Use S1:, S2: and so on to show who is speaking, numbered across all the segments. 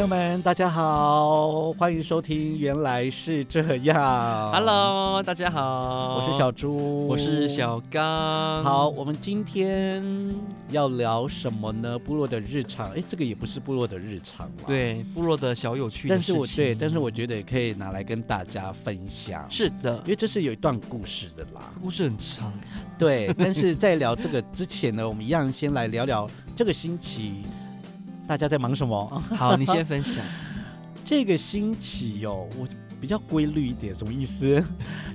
S1: 友们，大家好，欢迎收听《原来是这样》。
S2: Hello，大家好，
S1: 我是小猪，
S2: 我是小刚。
S1: 好，我们今天要聊什么呢？部落的日常，哎，这个也不是部落的日常啦。
S2: 对部落的小有趣的
S1: 但
S2: 事
S1: 是
S2: 情，
S1: 我对，但是我觉得也可以拿来跟大家分享，
S2: 是的
S1: 因，为这是有一段故事的 啦。
S2: 故事很 长，
S1: 对，但是在聊这个之前呢，我们一样先来聊聊这个星期大家在忙什么。
S2: 好，你先分享。
S1: 这个星期哦，我比较规律一点，什么意 思？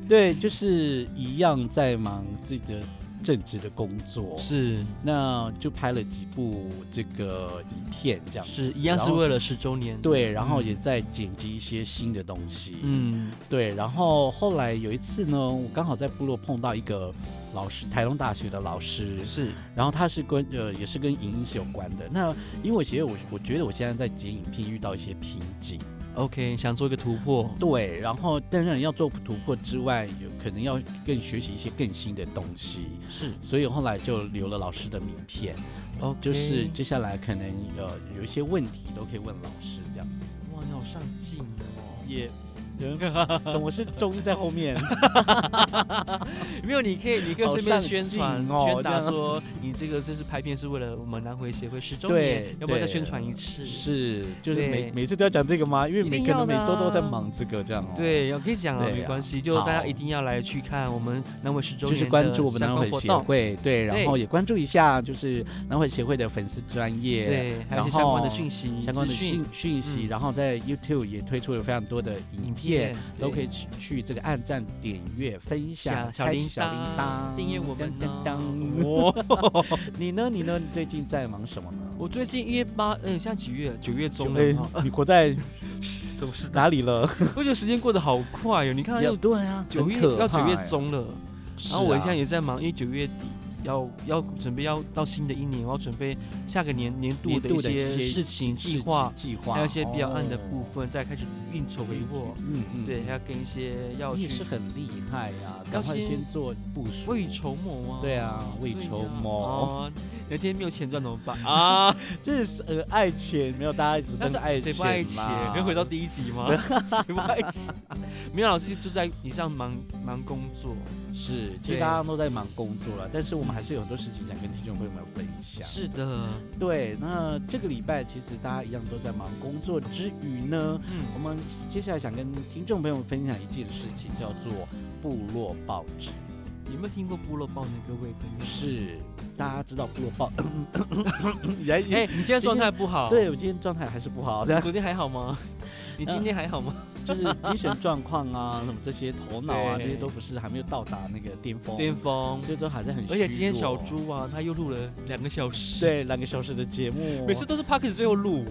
S1: 对，就是一样在忙自己的正职的工作，
S2: 是
S1: 那就拍了几部这个影片，这样子
S2: 是，一样是
S1: 然后
S2: 为了十周年，
S1: 对，然后
S2: 嗯
S1: 也在剪辑一些新的东西，
S2: 嗯，
S1: 对，然后后来有一次呢，我刚好在部落碰到一个老师，台东大学的老师，
S2: 是
S1: 然后他是跟呃也是跟影音是有关的。那因为我其实我我觉得我现在在剪影片遇到一些瓶颈，
S2: OK，想做一个突破，
S1: 对，然后当然要做突破之外，有可能要更学习一些更新的东西，
S2: 是
S1: 所以后来就留了老师的名片，
S2: OK，
S1: 就是接下来可能呃有一些问题都可以问老师这样子，
S2: 哇，你好上进哦。
S1: 也。嗯 怎么是中医在后 面？
S2: 没有，你 可以，你可以
S1: 好
S2: 顺便
S1: 上
S2: 宣传、
S1: 进哦
S2: 宣
S1: 这
S2: 达
S1: 样
S2: 说，你这个这次拍片是为了我们南回协会十周
S1: 对
S2: 年，要不要再
S1: 对
S2: 宣传一次？
S1: 是，就是每
S2: 对
S1: 每次都要讲这个吗？因为
S2: 一
S1: 每
S2: 定
S1: 可能
S2: 要
S1: 每
S2: 的
S1: 周都在
S2: 啊
S1: 忙这个这样哦。，
S2: 对，也可以讲啊，
S1: 对
S2: 没
S1: 啊
S2: 关系，就大家
S1: 好
S2: 一定要来去看我们南伟十周
S1: 就
S2: 年
S1: 是关
S2: 的
S1: 注我们
S2: 相
S1: 南
S2: 关
S1: 会
S2: 活
S1: 协
S2: 动，
S1: 会，对，然
S2: 对
S1: 后也关注一下就是南会协会的粉丝专业，
S2: 对，还有
S1: 然
S2: 一些相关的
S1: 后
S2: 讯息、
S1: 相关的
S2: 资讯
S1: 讯讯息，
S2: 嗯
S1: 然后在 YouTube 也推出了非常多的影
S2: 影
S1: 片
S2: 片，
S1: 都可
S2: 对
S1: 以去去这个按赞、点阅、分享、
S2: 小小
S1: 开启
S2: 铃
S1: 小铃铛，
S2: 订阅我们啊
S1: 当当
S2: 呢。
S1: 当
S2: 我
S1: 你呢？你呢？你最近在忙什么呢？
S2: 我最近一月八，嗯，现在几月？九月中了
S1: 哎
S2: 哈。
S1: 你活在
S2: 什 么时
S1: 哪里了？
S2: 我觉得时间过得好快哦，你看
S1: 有
S2: 又
S1: 对啊，
S2: 九
S1: 很
S2: 月
S1: 可
S2: 要九
S1: 怕
S2: 月
S1: 哎，
S2: 中了，然后
S1: 是
S2: 我
S1: 啊
S2: 现在也在忙，因为九月底。要要准备要到新的一年，我要准备下个年年度
S1: 年
S2: 的
S1: 度
S2: 一
S1: 的这
S2: 些事情计划，
S1: 计划，
S2: 还有一些标案的
S1: 哦
S2: 部，分，再开始运筹帷幄。
S1: 嗯嗯，
S2: 对，
S1: 嗯
S2: 还要跟一些要
S1: 你也
S2: 去
S1: 是很厉害啊，
S2: 要
S1: 赶快
S2: 先
S1: 先做部署，
S2: 未筹谋啊。
S1: 对啊未
S2: 对呀
S1: 筹谋
S2: 哦，哪天没有钱赚怎么办 啊？
S1: 这是呃爱钱，没有大家一直
S2: 但
S1: 都
S2: 是
S1: 爱
S2: 谁不爱
S1: 钱
S2: 钱
S1: 嘛？？
S2: 可以回到第一集 吗？谁不爱钱？ 没有老师就在你上忙忙工作，
S1: 是，其实
S2: 对
S1: 大家都在忙工作了，但是我们还是有很多事情想跟听众朋友们分享。
S2: 是的，
S1: 对，那这个礼拜其实大家一样都在忙工作之余呢，
S2: 嗯，
S1: 我们接下来想跟听众朋友们分享一件事情，叫做部落报纸。
S2: 有没有听过部落报呢？各位朋友，
S1: 是，大家知道部落 报，也
S2: 哎、哦
S1: 也、
S2: 你今天状态不好，，
S1: 对我今天状态还是不好， 这样
S2: 昨天还 好吗？你今天还好吗？
S1: 就是精神状况啊，什么这些头脑啊，这
S2: 对
S1: 些都不是还没有到达那个巅峰，
S2: 巅峰，
S1: 这都还嗯在很虚弱。
S2: 而且今天小猪啊，他又录了两个小时，，
S1: 对两个小时的节目，
S2: 每次都是 p a r k e s 最后 录，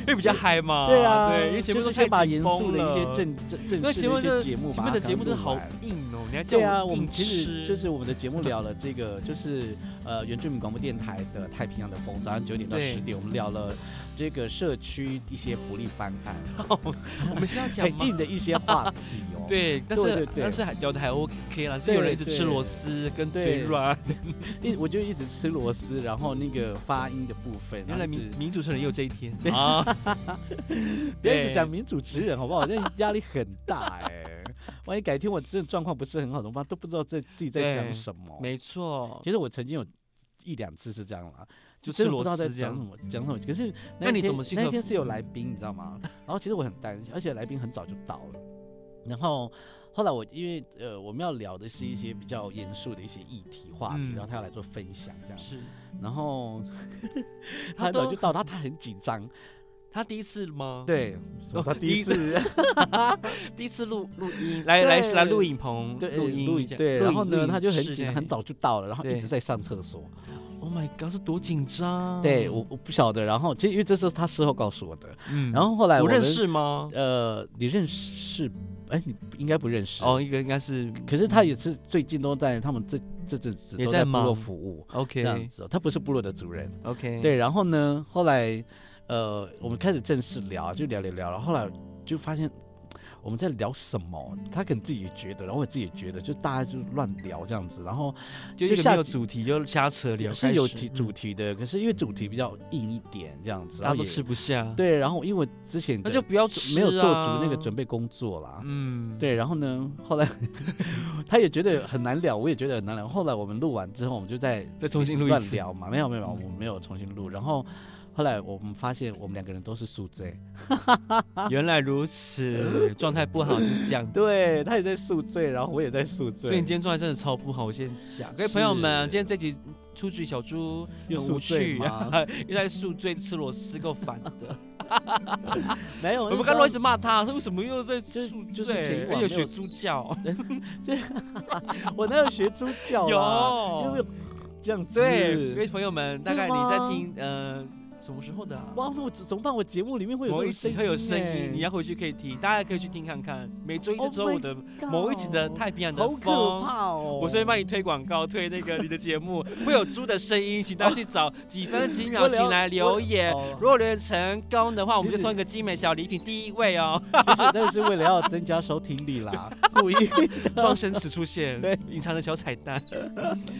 S2: 因为比较嗨嘛，
S1: 哦对啊，
S2: 对，因为前面
S1: 就
S2: 都
S1: 是
S2: 太
S1: 先把
S2: 紧
S1: 严
S2: 绷
S1: 肃的一些
S2: 了
S1: 正正正式
S2: 那
S1: 的一
S2: 前面
S1: 些
S2: 的
S1: 节目，
S2: 前面的节目真的好
S1: 把它录完
S2: 硬哦，你还叫
S1: 对啊，我们
S2: 硬
S1: 其实
S2: 吃，
S1: 就是我们的节目聊了这个，就是呃原住民广播电台的太平洋的风，早上九点到
S2: 对
S1: 十点，我们聊了这个社区一些福利方案，
S2: 我们是要 讲
S1: 很
S2: 吗？
S1: 哎硬的一些话题哦。
S2: 对，但是
S1: 对对
S2: 但是还聊的还 OK 啦，只是有人一直吃螺丝跟
S1: 对
S2: 腿软。
S1: 一我就一直吃螺丝，然后那个发音的部分，
S2: 原来
S1: 然后一直
S2: 民民主持人也有这一天 啊！
S1: 不要一直
S2: 对
S1: 讲民主持人好不好？这压力很大哎、 万一改天我这状况不是很好怎么办？都不知道这自己在讲
S2: 对
S1: 什么。
S2: 没错，
S1: 其实我曾经有一两次是这样啦，
S2: 就
S1: 真
S2: 吃
S1: 的不
S2: 螺
S1: 知道在
S2: 丝这
S1: 讲什
S2: 样。嗯
S1: 么讲什么。可是
S2: 那
S1: 一
S2: 你
S1: 天
S2: 怎么去
S1: 那一
S2: 克
S1: 天
S2: 服
S1: 是有来宾，你知道吗？然后其实我很担心，而且来宾很早就到了。然后后来我因为呃我们要聊的是一些比较严肃的一些议题话题，
S2: 嗯
S1: 然后他要来做分享这样。
S2: 是
S1: 然 后他
S2: 他
S1: 很早
S2: 都
S1: 就到，他他很紧 张，
S2: 他第一次吗？，
S1: 对，
S2: 哦
S1: 他第
S2: 第
S1: 一
S2: 一
S1: 次
S2: 第一次录录音，来来来
S1: 对
S2: 录影棚
S1: 对
S2: 录音
S1: 录
S2: 一
S1: 影
S2: 下
S1: 对，然后呢他就很紧，
S2: 紧，
S1: 很。早就到了，然后一
S2: 对
S1: 直在上厕所。
S2: Oh my god，是多紧张？
S1: 对我，我不晓得，然后其实因为这是他事后告诉我的，
S2: 嗯
S1: 然后后来
S2: 我
S1: 我
S2: 认
S1: 们
S2: 识吗？
S1: 呃，你认识？哎，你应该不认识。
S2: 哦，一个应该是嗯
S1: 可是他也是最近都在他们这这阵子
S2: 也
S1: 都
S2: 在
S1: 在部落
S2: 忙
S1: 服务这样
S2: OK
S1: 子、哦，他不是部落的主人。
S2: OK，
S1: 对，然后呢，后来呃，我们开始正式聊，就聊聊聊，然后后来就发现。我们在聊什么，他可能自己也觉得，然后我自己也觉得，就大家就乱聊这样子，然后
S2: 就
S1: 就是
S2: 没
S1: 下
S2: 有
S1: 集
S2: 主题就瞎扯聊，
S1: 也是有
S2: 开始
S1: 题主，题的，可是因为主题比较硬一点这样子，
S2: 嗯
S1: 然
S2: 大
S1: 后
S2: 家都
S1: 也
S2: 吃不下，，
S1: 对，然后因为我之前的
S2: 那就不要吃、啊，
S1: 没有做足那个准备工作啦，
S2: 嗯，，
S1: 对，然后呢，后 来他也觉得很难聊，我也觉得很难聊。后来我们录完之后，我们就在
S2: 再重新录一
S1: 乱
S2: 次
S1: 聊嘛，没有没有，
S2: 嗯
S1: 我没有重新录。然后后来我们发现，我们两个人都是宿 醉，
S2: 原来如此，啊 状态不好就是这样子，
S1: 对他也在宿醉，然后我也在宿醉，
S2: 所以你今天状态真的超不好，我先讲。各位朋友们，
S1: 是
S2: 今天这集出去小猪
S1: 又
S2: 很
S1: 宿
S2: 无
S1: 醉
S2: 趣，
S1: 吗？哎
S2: 又在宿醉吃螺丝，够烦 的。
S1: 没有，
S2: 我们
S1: 你知
S2: 刚刚
S1: 道
S2: 一直骂他，他为什么又在
S1: 就是
S2: 宿
S1: 就是前一
S2: 醉？
S1: 晚没有
S2: 有学猪叫，
S1: 我哪有学猪叫啦？因为
S2: 有
S1: 这样子，
S2: 对，各位朋友们，大
S1: 真的
S2: 概你在
S1: 吗
S2: 听呃什么时候的啊？
S1: 哇，那我怎怎么办？我节目里面会有
S2: 某
S1: 这
S2: 一
S1: 种
S2: 集
S1: 声
S2: 会有声
S1: 欸
S2: 音，你要回去可以听，大家可以去听看看。每周一的
S1: Oh
S2: 时候，
S1: my
S2: 我的某一集的
S1: 靠
S2: 太平洋的
S1: 好可
S2: 风。
S1: 怕哦！
S2: 我顺便帮你推广告，推那个你的节目，会有猪的声音，请大家去找几分几秒，
S1: 我了
S2: 请来留言。
S1: 哦
S2: 如果留言成功的话，我们
S1: 其
S2: 就
S1: 实
S2: 送一个精美小礼品，第一 位哦，
S1: 其实那是为了要增加收听率啦， 故意
S2: 撞生词出现
S1: 对，
S2: 隐藏的小彩蛋。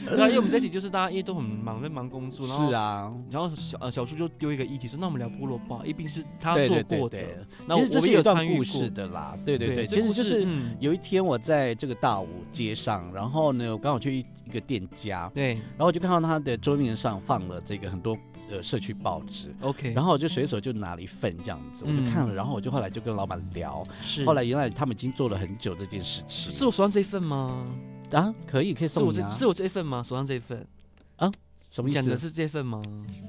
S2: 那因为我们在一起就是大家因为都很忙，在忙工作，然后
S1: 是啊，
S2: 然后小呃小叔就丢一个议题说，那我们聊菠萝包，一定是他
S1: 对
S2: 做
S1: 对
S2: 过
S1: 对
S2: 的
S1: 对，，
S2: 那
S1: 其
S2: 我
S1: 实这
S2: 我
S1: 是
S2: 也
S1: 有
S2: 有
S1: 一段
S2: 参与
S1: 故
S2: 过
S1: 事。的啦，对对对，
S2: 这
S1: 其实
S2: 故
S1: 就
S2: 事
S1: 是
S2: 嗯
S1: 有一天我在这个大武街上，然后呢，我刚好去一一个店家，
S2: 对
S1: 然后我就看到他的桌面上放了这个很多呃社区报纸。
S2: ，OK，
S1: 然后我就随手就拿了一份这样子，我
S2: 嗯
S1: 就看了，然后我就后来就跟老板聊，
S2: 是
S1: 后来原来他们已经做了很久这件事情，
S2: 是我手上这一份吗？
S1: 啊，可以可以
S2: 是
S1: 送
S2: 我
S1: 你
S2: 这
S1: 啊，
S2: 是我这一份吗？手上这一份，
S1: 什么
S2: 你
S1: 意
S2: 讲的
S1: 思？
S2: 是这份吗？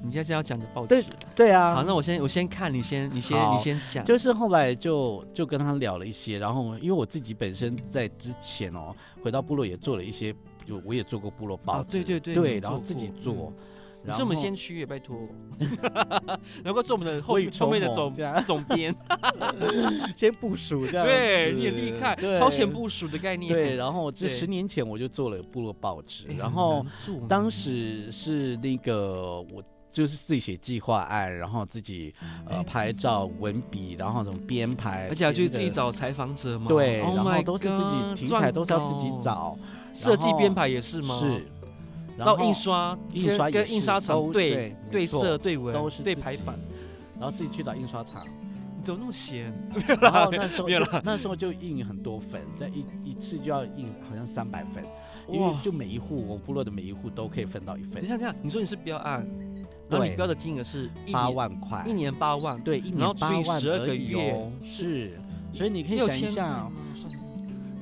S2: 你现在是要讲的报
S1: 对
S2: 纸？
S1: 对啊，
S2: 好，那我先我先看，你先你先你
S1: 好
S2: 先讲。
S1: 就是后来就就跟他聊了一些，然后因为我自己本身在之前哦，回到部落也做了一些，就我也做过部落报
S2: 啊对
S1: 纸，
S2: 对对你有
S1: 然后
S2: 做
S1: 自己
S2: 过
S1: 做，
S2: 你
S1: 然
S2: 是我们
S1: 后
S2: 先驱也拜托， 能够做我 们的后
S1: 未雨
S2: 后面的
S1: 绸缪哦
S2: 总
S1: 这样
S2: 总编，
S1: 先部署 这样子，
S2: 对，你很厉害，
S1: 对
S2: 超前部署的概念。
S1: 对，然后这
S2: 对
S1: 十年前我就做了部落报纸，
S2: 哎
S1: 然后
S2: 很难做呢
S1: 当时是那个我。就是自己写计划案，然后自己
S2: 哎
S1: 呃拍照、文笔，然后怎么编排，
S2: 而且还去
S1: 编
S2: 自己
S1: 的
S2: 找采访者嘛，
S1: 对，
S2: Oh
S1: 然后
S2: my
S1: 都是自己
S2: God，
S1: 题材都是要自己
S2: 撰稿
S1: 找，
S2: 设计
S1: 然后
S2: 编排也是吗？
S1: 是，然
S2: 到
S1: 后
S2: 印刷
S1: 印
S2: 跟
S1: 刷也
S2: 跟印
S1: 是
S2: 刷
S1: 都
S2: 厂
S1: 对
S2: 对
S1: 没
S2: 对
S1: 错
S2: 色对文
S1: 都是
S2: 对
S1: 自
S2: 排
S1: 己
S2: 版，，
S1: 然后自己去找印刷 厂，
S2: 你怎么那么闲？
S1: 然后那时候
S2: 没有
S1: 就
S2: 啦
S1: 那时候就印很多份，在一一次就要印好像三百份，因为就每一户我们部落的每一户都可以分到一份
S2: 等一，下，等一下，你说你是标案，然后你
S1: 对
S2: 标的金额是一
S1: 八
S2: 年
S1: 万块
S2: 一，年八万，
S1: 对，一
S2: 然
S1: 年
S2: 后除
S1: 八
S2: 以
S1: 万
S2: 12
S1: 而
S2: 个
S1: 已
S2: 月
S1: 哦，是，所以你可以
S2: 六
S1: 想
S2: 千
S1: 一下哦
S2: 块。吗，算了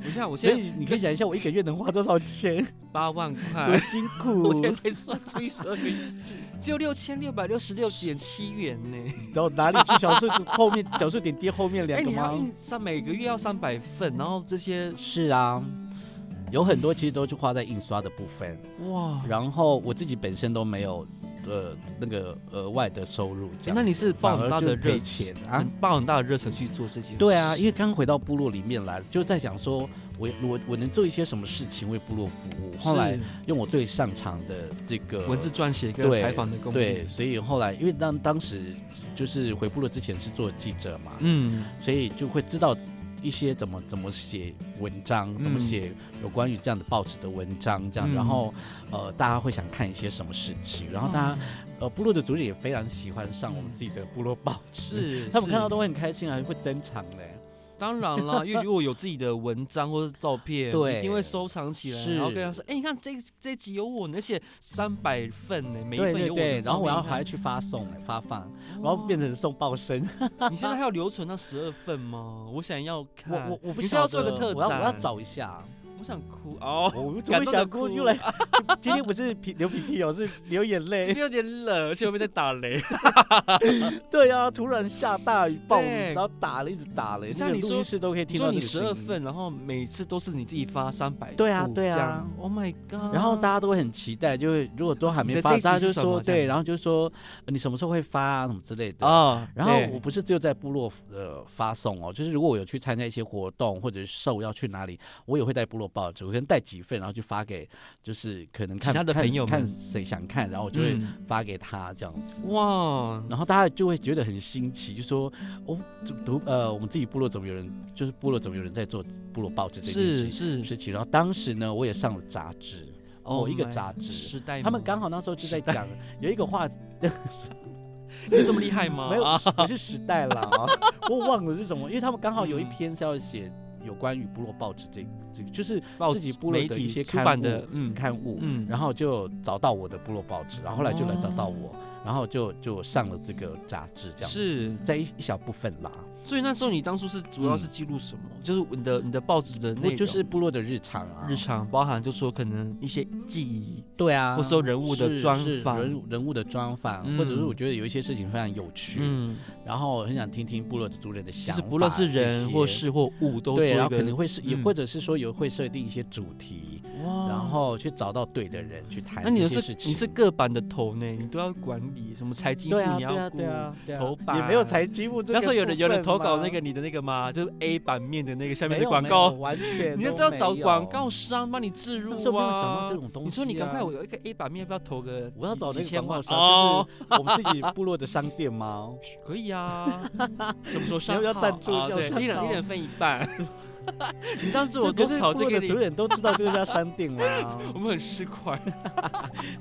S2: 等一下，我
S1: 所
S2: 现在
S1: 以你可以想一下，我一个月能花多少 钱，
S2: 八万
S1: 多
S2: 块，
S1: 辛 苦
S2: 我现，在推算除以十二个月，只有六千六百六十六点七元呢。
S1: 然后哪里去小数点后面小数点跌后面
S2: 哎，
S1: 两个
S2: 你
S1: 吗
S2: 要？印上每个月要三百份，然后这 些
S1: 是啊，有很多其实都是花在印刷的部分，
S2: 哇，
S1: 然后我自己本身都没有呃那个额外的收入这
S2: 哎
S1: 样，
S2: 那你是抱
S1: 反
S2: 很
S1: 而
S2: 大
S1: 就
S2: 的
S1: 是
S2: 热
S1: 赔
S2: 情
S1: 钱啊
S2: 很。抱很大的热忱去做这件事。
S1: 对啊，因为刚回到部落里面来，就在想说我我我能做一些什么事情为部落服务。后来
S2: 是
S1: 用我最擅长的这个
S2: 文字撰写跟
S1: 对
S2: 采访的功
S1: 对，
S2: 力，
S1: 所以后来因为当当时就是回部落之前是做记者嘛，
S2: 嗯，
S1: 所以就会知道一些怎么怎么写文章，怎么
S2: 嗯
S1: 写有关于这样的报纸的文章，这样，
S2: 嗯
S1: 然后呃，大家会想看一些什么事情，然后大家、呃，部落的读者也非常喜欢上我们自己的部落报纸，
S2: 是
S1: 嗯他们看到
S2: 是
S1: 都会很开心啊，会珍藏嘞，
S2: 当然啦，因为如果有自己的文章或是照片，
S1: 对
S2: 一定会收藏起来，
S1: 是
S2: 然后跟他说：“哎、你看这这集有我呢，而且三百份呢，每一
S1: 对
S2: 份
S1: 对
S2: 有我的啊
S1: 对，然后我要还
S2: 还，
S1: 去发送嘞，发放，
S2: 然
S1: 然后变成送报生，
S2: 哦你现在还有留存那十二份吗？我想要看，
S1: 我我我不
S2: 你是
S1: 晓
S2: 要
S1: 得，
S2: 做一个特展，
S1: 我要我要，找一下，
S2: 我想哭哦，
S1: 我怎么
S2: 感
S1: 会
S2: 动的
S1: 想
S2: 哭
S1: 哭，又来， 今天不是皮流鼻涕哦，是流眼
S2: 今
S1: 泪
S2: 天，有点冷，而且我们在打雷，
S1: 对啊，突然下大雨暴雨，
S2: 对
S1: 然后打了一直打雷，
S2: 像
S1: 那个
S2: 你
S1: 录
S2: 说
S1: 音室都可以
S2: 你
S1: 听到
S2: 说你
S1: 那个
S2: 十
S1: 声
S2: 二
S1: 音
S2: 份，然后每次都是你自己发三百，
S1: 对啊对啊
S2: 这样，Oh my god！
S1: 嗯然后大家都会很期待，就会如果都还
S2: 你
S1: 没
S2: 的
S1: 发
S2: 这一，
S1: 大家
S2: 集
S1: 就是
S2: 什么
S1: 说
S2: 这样
S1: 对，然后就说呃你什么时候会发啊什么之类的。
S2: 啊，
S1: 然后
S2: 对
S1: 我不是只有在部落呃发送哦，就是如果我有去参加一些活动或者是受邀去哪里，我也会带部落报纸，我可能带几份，然后就发给就是可能看
S2: 其他的
S1: 看
S2: 朋友们
S1: 看谁想看，然后我就会
S2: 嗯
S1: 发给他这样子。
S2: 哇，
S1: 然后大家就会觉得很新奇，就说哦，怎么读呃，我们自己部落怎么有人，就是部落怎么有人在做部落报纸这
S2: 是
S1: 件事
S2: 是哦
S1: 事情。然后当时呢，我也上了杂志，某一个
S2: my
S1: 杂志
S2: 时代吗，
S1: 他们刚好那时候就在讲有一个 话，
S2: 你这么厉害吗？
S1: 没有
S2: 啊，
S1: 不是时代啦，哦 我忘了是什么，因为他们刚好
S2: 嗯
S1: 有一篇是要写有关于部落报纸这这个，就是
S2: 报
S1: 自己部落
S2: 媒
S1: 的
S2: 体
S1: 一些
S2: 出
S1: 刊
S2: 版
S1: 物
S2: 的，嗯
S1: 刊物，
S2: 嗯，
S1: 然后就找到我的部落报纸，然后后来就来找到我
S2: 哦，
S1: 然后就就上了这个杂志这样子，
S2: 是，
S1: 在一一小部分啦，
S2: 所以那时候你当初是主要是记录什么？就是你的你的报纸的内
S1: 嗯我
S2: 容，
S1: 就是部落的日常啊，
S2: 日常，包含就说可能一些记忆，
S1: 对啊，
S2: 或是有人物的
S1: 是
S2: 专
S1: 是
S2: 访
S1: 人物人物的专访，
S2: 嗯
S1: 或者是我觉得有一些事情非常有趣，
S2: 嗯，
S1: 然后很想听听部落的族人的
S2: 就
S1: 想
S2: 是
S1: 法，
S2: 不论是
S1: 这
S2: 人
S1: 些
S2: 或事或物都做
S1: 对，然
S2: 一
S1: 后可能
S2: 个，
S1: 会是也
S2: 嗯
S1: 或者是说有会设定一些主题，
S2: 哇
S1: 然。后去找到对的人去谈
S2: 那你
S1: 这
S2: 的
S1: 些
S2: 是
S1: 事情。
S2: 你是各版的头呢，你都要管理，什么财经部
S1: 对啊
S2: 你
S1: 对
S2: 要
S1: 啊
S2: 顾
S1: 对啊对啊，
S2: 头
S1: 也没有
S2: 版
S1: 财经部这个
S2: 那时候有
S1: 部
S2: 人有人
S1: 分
S2: 投稿
S1: 吗
S2: 那个你的那个吗？就是 A 版面的那个下面
S1: 没
S2: 的
S1: 有
S2: 广
S1: 没有
S2: 告，
S1: 完全
S2: 你就
S1: 都
S2: 知道找
S1: 没
S2: 广
S1: 有
S2: 告，商帮你置入
S1: 那
S2: 啊。
S1: 时候没有想到这种东西啊。
S2: 你说你赶快，我有一个 A 版面，要不要投个
S1: 我要
S2: 几
S1: 找
S2: 几
S1: 那个
S2: 千
S1: 广告
S2: 万哦
S1: 商，就是我们自己部落的商店 吗？
S2: 可 以啊，什么时候上
S1: 要
S2: 号？
S1: 不要赞助
S2: 啊
S1: 要
S2: 对，
S1: 上
S2: 一人
S1: 号
S2: 一人分一半。 你这样子
S1: 这
S2: 我
S1: 可
S2: 多
S1: 是
S2: 少
S1: 部
S2: 这
S1: 落
S2: 个
S1: 的族
S2: 你，
S1: 人都知道这个叫商店啦，
S2: 我们很吃亏。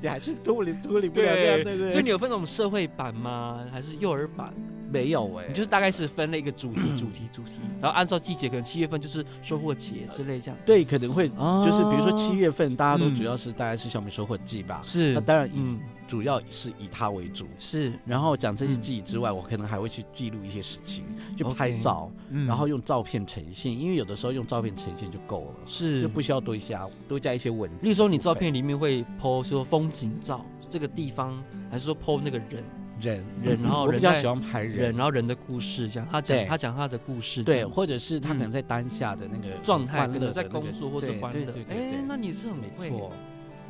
S1: 你还是脱离脱离不了这样，对不对？
S2: 所以你有分那种社会版吗？还是幼儿版？
S1: 没有哎，
S2: 你就是大概是分了一个主
S1: 嗯
S2: 题、主题、主题，然后按照季节，可能七月份就是收获节之类这样。
S1: 对可能会
S2: 啊
S1: 哦就是比如说七月份，大家都
S2: 嗯
S1: 主要是大概是小米收获季吧，
S2: 是
S1: 那当然以
S2: 嗯
S1: 主要是以它为主。
S2: 是
S1: 然后讲这些
S2: 嗯
S1: 记忆之外，我可能还会去记录一些事情，去
S2: OK
S1: 拍照，
S2: 嗯
S1: 然后用照片呈现，因为有的时候用照片呈现就够了，
S2: 是
S1: 就不需要多加多加一些文字。
S2: 例如说，你照片里面会 po 说风景照，这个地方，还是说 po 那个人
S1: 嗯人
S2: 人然后
S1: 我比
S2: 人
S1: 较
S2: 在
S1: 喜欢拍
S2: 人，
S1: 人，
S2: 然后人的故事，这样他
S1: 对
S2: 讲他讲他的故事这
S1: 对，
S2: 样子，
S1: 或者是他可能
S2: 嗯
S1: 在当下的那个
S2: 状态，
S1: 欢
S2: 可
S1: 乐
S2: 能在
S1: 的那
S2: 工
S1: 个
S2: 作或是
S1: 对
S2: 欢
S1: 对
S2: 乐
S1: 对。对
S2: 哎
S1: 对，
S2: 那你是很
S1: 没
S2: 会，
S1: 错。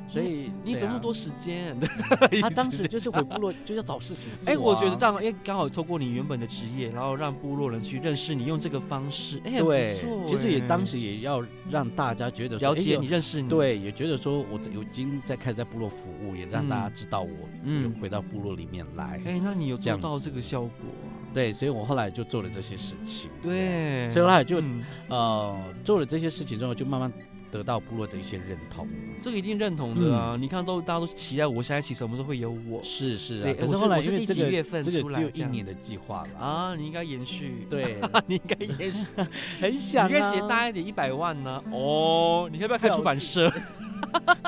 S1: 所以
S2: 你
S1: 对
S2: 怎么那
S1: 啊
S2: 么多时间？
S1: 他当时就是回部落 就要找事情做啊。
S2: 哎，我觉得这样，因为刚好透过你原本的职业，然后让部落人去认识你，用这个方式，哎，很不
S1: 对
S2: 错，
S1: 其实也当时
S2: 哎
S1: 也要让大家觉得说
S2: 了
S1: 哎
S2: 解
S1: 有
S2: 你，认识你，，
S1: 对，也觉得说我这我已经在开始在部落服务，也让大家知道我就
S2: 嗯，
S1: 回到部落里面来。
S2: 哎，那你有
S1: 这
S2: 做
S1: 样
S2: 到
S1: 子
S2: 这个效果啊？
S1: 对，所以我后来就做了这些事情。
S2: 对，
S1: 所以后来就
S2: 嗯
S1: 呃做了这些事情之后，就慢慢得到部落的一些认同。
S2: 这个一定认同的啊！你看都大家都期待我下一期什么时候会有我
S1: 嗯是是啊
S2: 对，
S1: 可
S2: 我
S1: 是
S2: 是
S1: 后来
S2: 我是
S1: 因为
S2: 第
S1: 这
S2: 几
S1: 个
S2: 月份
S1: 这个
S2: 出
S1: 只有
S2: 来这
S1: 一
S2: 样
S1: 年的计划了，
S2: 啊！你应该延续，
S1: 对，
S2: 你应该 延续，
S1: 很
S2: 你
S1: 想、啊，
S2: 应该写大一点，一百万呢、哦，你要不要开出版社？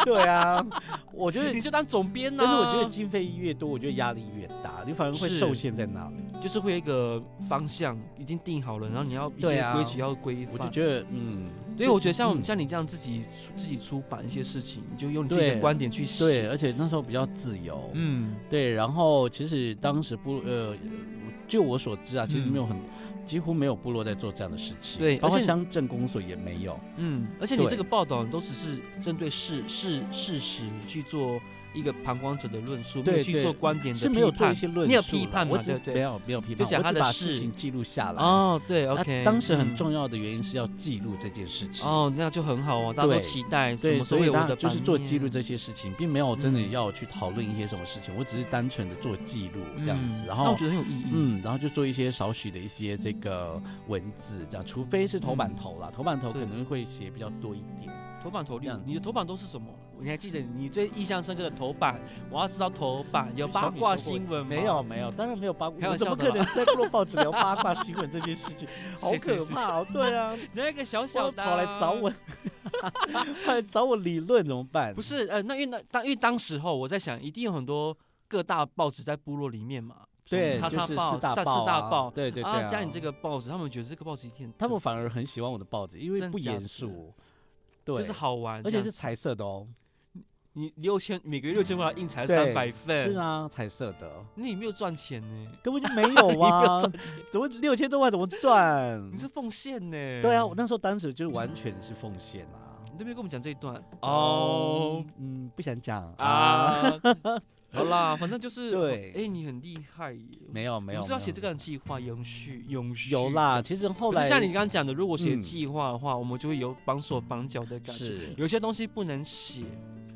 S1: 对啊，我觉
S2: 你
S1: 得。
S2: 就当总编啊呢、
S1: 但是我觉得经费越多，我觉得压力越大，你反而会
S2: 是
S1: 受限在那里。
S2: 就是会有一个方向已经定好了，然后你要一
S1: 对
S2: 些
S1: 啊
S2: 规矩要规
S1: 我就
S2: 范。
S1: 觉得，嗯，
S2: 所以我觉得像我们
S1: 嗯
S2: 像你这样自己出自己出版一些事情，你就用你自己的
S1: 对
S2: 观点去写。
S1: 对，而且那时候比较自由，
S2: 嗯，
S1: 对，然后其实当时部呃，就我所知啊，其实
S2: 嗯
S1: 没有很、几乎没有部落在做这样的事情，
S2: 对
S1: 包
S2: 而
S1: 括
S2: 且
S1: 乡镇公所也没有，
S2: 嗯，而且你
S1: 对
S2: 这个报道你都只是针对事事事实去做一个旁观者的论述，没有
S1: 对
S2: 去
S1: 对
S2: 做观点的
S1: 是没有
S2: 批
S1: 做一
S2: 判
S1: 些论述啦，
S2: 没有批判嘛
S1: 我只
S2: 对不对
S1: 没有没有批
S2: 就
S1: 判，
S2: 讲
S1: 我
S2: 他
S1: 只
S2: 的
S1: 把
S2: 事
S1: 事情记录下来。
S2: 哦，对
S1: 那
S2: ，OK，
S1: 当时很
S2: 嗯
S1: 重要的原因是要记录这件事情。
S2: 哦，那就很好哦，大家都
S1: 对
S2: 期待什
S1: 对，
S2: 么时候
S1: 所
S2: 会
S1: 以
S2: 有我
S1: 当
S2: 的
S1: 就是
S2: 版
S1: 做记录
S2: 面
S1: 这些事情，并没有真的
S2: 嗯
S1: 要去讨论一些什么事情，我只是单纯的做记录这样子，然
S2: 嗯那
S1: 后
S2: 我觉得很有意义，
S1: 嗯，然后就做一些少许的一些这个文字，这样，除非是头版头啦，头版头
S2: 嗯对
S1: 可能会写比较多一点。
S2: 头版头绿
S1: 这样，
S2: 你的
S1: 子
S2: 头版都是什么？你还记得你最印象深刻的头版？我要知道头版有八
S1: 小米
S2: 卦
S1: 收获
S2: 新
S1: 季
S2: 闻吗
S1: 没有？没有，当然没有八
S2: 开
S1: 卦，我
S2: 玩
S1: 怎
S2: 笑
S1: 么
S2: 的
S1: 可
S2: 啦
S1: 能在部落报纸聊八卦新闻这件事 情？好
S2: 谁谁
S1: 可
S2: 谁
S1: 怕哦！对啊，
S2: 那个小
S1: 我
S2: 小的啊
S1: 跑来找我， 跑来找我理论怎么办？
S2: 不是呃，那因为那当因为当时候我在想，一定有很多各大报纸在部落里面嘛，什么
S1: 对，
S2: 叉
S1: 就
S2: 叉
S1: 是
S2: 嗯报、
S1: 四大
S2: 三
S1: 报、啊
S2: 四大报。
S1: 对对对、
S2: 啊，加你这，个报纸，他们觉得这个报纸一定很
S1: 他们反而很喜欢我的报纸，因为
S2: 真
S1: 不
S2: 假的
S1: 严肃，对，
S2: 就是，好玩，
S1: 而
S2: 这
S1: 且
S2: 样
S1: 是彩色的哦，
S2: 你六千每个月六千块印才
S1: 嗯对
S2: 三百份，
S1: 是，啊，彩色 的，
S2: 那你没有赚钱呢，
S1: 根本就没
S2: 你
S1: 有
S2: 没有
S1: 啊，
S2: 赚钱，
S1: 怎 么六千多万怎么赚
S2: 你？是奉献呢？
S1: 对啊，我那时候当时就是完全是奉献啊。
S2: 你都没有跟我们讲这一段哦。
S1: 嗯，嗯，不想讲啊。
S2: 啊， 好啦，反正就是
S1: 对
S2: 哎，你很厉害耶，
S1: 没有没有，
S2: 我是要写
S1: 没有
S2: 这个计划，永续永续
S1: 有。啦。其实后
S2: 可
S1: 来
S2: 是像你刚刚讲的，如果写
S1: 嗯
S2: 计划的话，我们就会有绑手绑脚的感觉。
S1: 是
S2: 有些东西不能写，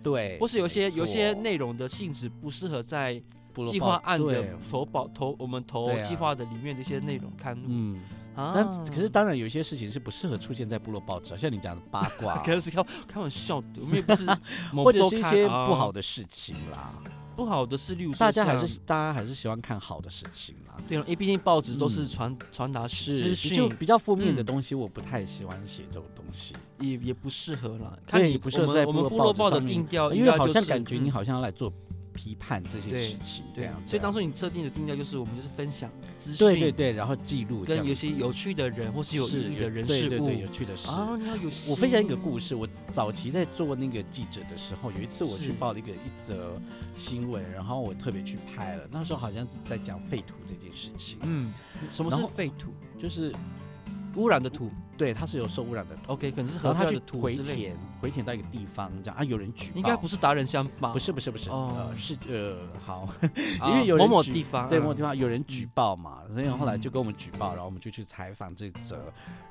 S1: 对，
S2: 或是有些
S1: 没错
S2: 有些内容的性质不适合在
S1: 部落
S2: 计划
S1: 报
S2: 案
S1: 对
S2: 的投保投我们投
S1: 对啊
S2: 计划的里面的一些内容刊物
S1: 嗯，
S2: 啊。
S1: 但可是当然有一些事情是不适合出现在部落报纸啊，像你讲的八卦，
S2: 可是开开玩笑的，我们 也不是
S1: 或
S2: 某
S1: 者
S2: 周
S1: 是一
S2: 刊
S1: 些
S2: 啊
S1: 不好的事情啦。
S2: 不好的是，例如说
S1: 大家还
S2: 像
S1: 是大家还是喜欢看好的事情啦。
S2: 对啊，因为毕竟报纸都
S1: 嗯
S2: 是传传达
S1: 是
S2: 资
S1: 比较
S2: 讯，
S1: 比较负面的
S2: 嗯
S1: 东西，我不太喜欢写这种东西，
S2: 也也不适合啦。看
S1: 对
S2: 你
S1: 不适
S2: 我
S1: 合
S2: 们
S1: 在
S2: 我
S1: 部落
S2: 们部
S1: 报
S2: 落
S1: 纸
S2: 报的
S1: 上面
S2: 定调哦应
S1: 因为
S2: 该
S1: 好
S2: 就是，
S1: 像感觉你
S2: 嗯
S1: 好像要来做批判这些
S2: 对
S1: 事情这
S2: 对啊
S1: 样。
S2: 所以当
S1: 初
S2: 初你设定的定调就是我们就是分享资
S1: 啊对对
S2: 讯，
S1: 对，然后记录这
S2: 跟
S1: 样
S2: 有
S1: 子
S2: 些有趣的人或是有
S1: 是
S2: 意义的人
S1: 对
S2: 事
S1: 对
S2: 物
S1: 对有趣的事。
S2: 啊，你要有
S1: 我分享一
S2: 心
S1: 个故事，我早期在做那个记者的时候，有一次我去
S2: 是
S1: 报了一个一则新闻，然后我特别去拍了。那时候好像是在讲废土这件事情，
S2: 嗯，什么
S1: 然
S2: 是
S1: 后
S2: 废土？
S1: 就是
S2: 污染的土
S1: 对它是有受污染的土
S2: ，OK，可能是
S1: 然
S2: 河
S1: 后他
S2: 漂的
S1: 去
S2: 土
S1: 回
S2: 之类的，
S1: 填，回填到一个地方，这样啊，有人举报，
S2: 应该不
S1: 是，
S2: 是达人乡吧？
S1: 不是，不是，不是，
S2: 哦
S1: 呃，是呃，好，
S2: 啊，
S1: 因为有
S2: 某
S1: 人
S2: 某
S1: 举
S2: 地方，
S1: 对，
S2: 啊
S1: 某地方有人举报嘛，所以后来
S2: 嗯
S1: 就跟我们举报，然后我们就去采访这则，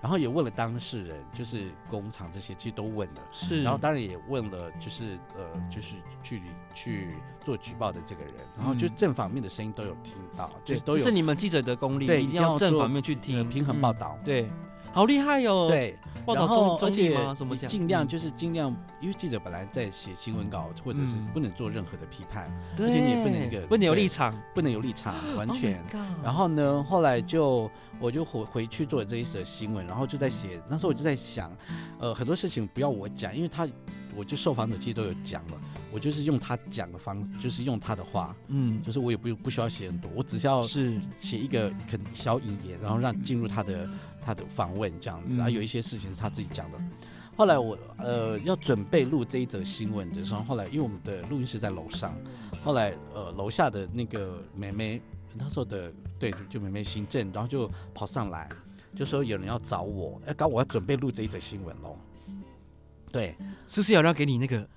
S1: 然后也问了当事人，就是工厂这些，其实都问了。
S2: 是，
S1: 然后当然也问了，就是呃，就是去去做举报的这个人，然后就
S2: 嗯
S1: 正反面的声音都有听到，就是都
S2: 这
S1: 有
S2: 是你们记者的功力，
S1: 对
S2: 一
S1: 一
S2: 定
S1: 定要
S2: 要正
S1: 做
S2: 反面去
S1: 呃
S2: 听，
S1: 平衡
S2: 嗯
S1: 报道，
S2: 对，好厉害哦！，
S1: 对，
S2: 报
S1: 然
S2: 道
S1: 后
S2: 中中
S1: 而
S2: 立
S1: 且
S2: 吗？怎么
S1: 你
S2: 讲？
S1: 尽量
S2: 嗯
S1: 就是尽量，因为记者本来在写新闻稿，或者是
S2: 嗯
S1: 不能做任何的批判，
S2: 对，
S1: 而且你也不能一个
S2: 不能有
S1: 对
S2: 立场，
S1: 不能有立场，完
S2: Oh my
S1: 全。
S2: God
S1: 然后呢，后来就我就回回去做了这一则新闻，然后就在写，那时候我就在想，呃，很多事情不要我讲，因为他我就受访者其实都有讲了，我就是用他讲的方，就是用他的话，
S2: 嗯，
S1: 就是我也不不需要写很多，我只需要
S2: 是
S1: 写一个可能小引言，然后让进入他的他的访问这样子啊，
S2: 嗯
S1: 有一些事情是他自己讲的。后来我呃要准备录这一则新闻的时候，后来因为我们的录音室在楼上，后来呃楼下的那个妹妹那时候的对就就妹妹行政，然后就跑上来就说有人要找我，要搞我要准备录这一则新闻喽。对，
S2: 是不是有人要给你那个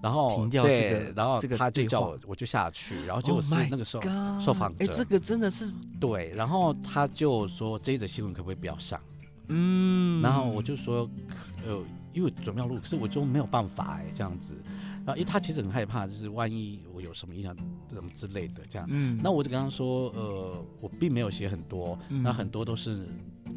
S1: 然后
S2: 停掉
S1: 对
S2: 这个
S1: 然后
S2: 这个
S1: 他就
S2: 对
S1: 叫
S2: 话
S1: 我我哦就下去，然后结果
S2: Oh
S1: 是
S2: my
S1: 那个时候
S2: God？
S1: 受访
S2: 哎，
S1: 者
S2: 这个真的是，
S1: 对，然后他就说这一则新闻可不可以不要上？
S2: 嗯，
S1: 然后我就说，呃，因为我准备要录，可是我就没有办法哎，这样子。然后因为他其实很害怕，就是万一我有什么影响，什么之类的这样。
S2: 嗯，
S1: 那我就跟他说，呃，我并没有写很多，
S2: 嗯
S1: 那很多都是，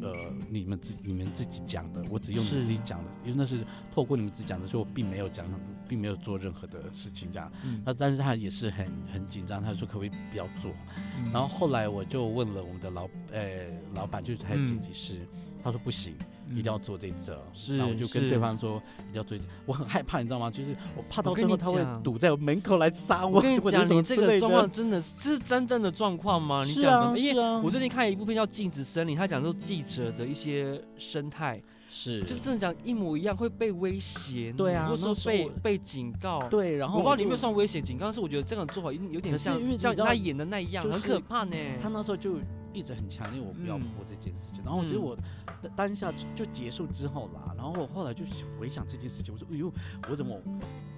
S1: 呃，你们自你们自己讲的，我只用你
S2: 是
S1: 自己讲的，因为那是透过你们自己讲的，所以我并没有讲很多，并没有做任何的事情这样。
S2: 嗯，
S1: 那但是他也是很很紧张，他说可不可以不要做？
S2: 嗯
S1: 然后后来我就问了我们的老呃老板，就是他的
S2: 嗯
S1: 剪辑师，他说不行，一定要做这一则。
S2: 是
S1: 那我就跟
S2: 是
S1: 对方说一定要做一则。我很害怕，你知道吗？就是我怕到
S2: 我
S1: 最
S2: 跟
S1: 后
S2: 你
S1: 他会
S2: 讲
S1: 堵在我门口来杀
S2: 我
S1: 我，
S2: 跟你
S1: 或者
S2: 讲，
S1: 什么
S2: 你
S1: 之
S2: 这
S1: 类
S2: 个状
S1: 的
S2: 况。真的是这是真正的状况吗？你
S1: 是
S2: 讲
S1: 啊
S2: 什么？因
S1: 是
S2: 为
S1: 啊
S2: 我最近看一部片叫《禁止森林》，他讲说记者的一些生态，
S1: 是，
S2: 就真的讲一模一样，会被威胁，
S1: 对啊
S2: 或
S1: 那
S2: 者说
S1: 时候
S2: 被
S1: 我
S2: 被警告。
S1: 对。然
S2: 我
S1: 后
S2: 不知道
S1: 就
S2: 你有没有算威胁警告，但是我觉得这种做法有点有
S1: 可
S2: 点
S1: 是
S2: 像
S1: 因为你
S2: 像
S1: 知道
S2: 他演的那一样，
S1: 就
S2: 很
S1: 是
S2: 可怕呢。
S1: 他那时候就一直很强烈我不要
S2: 嗯
S1: 播这件事情，然后其实
S2: 嗯
S1: 我当当下就就结束之后啦，然后我后来就回想这件事情，我说哎呦，我怎么，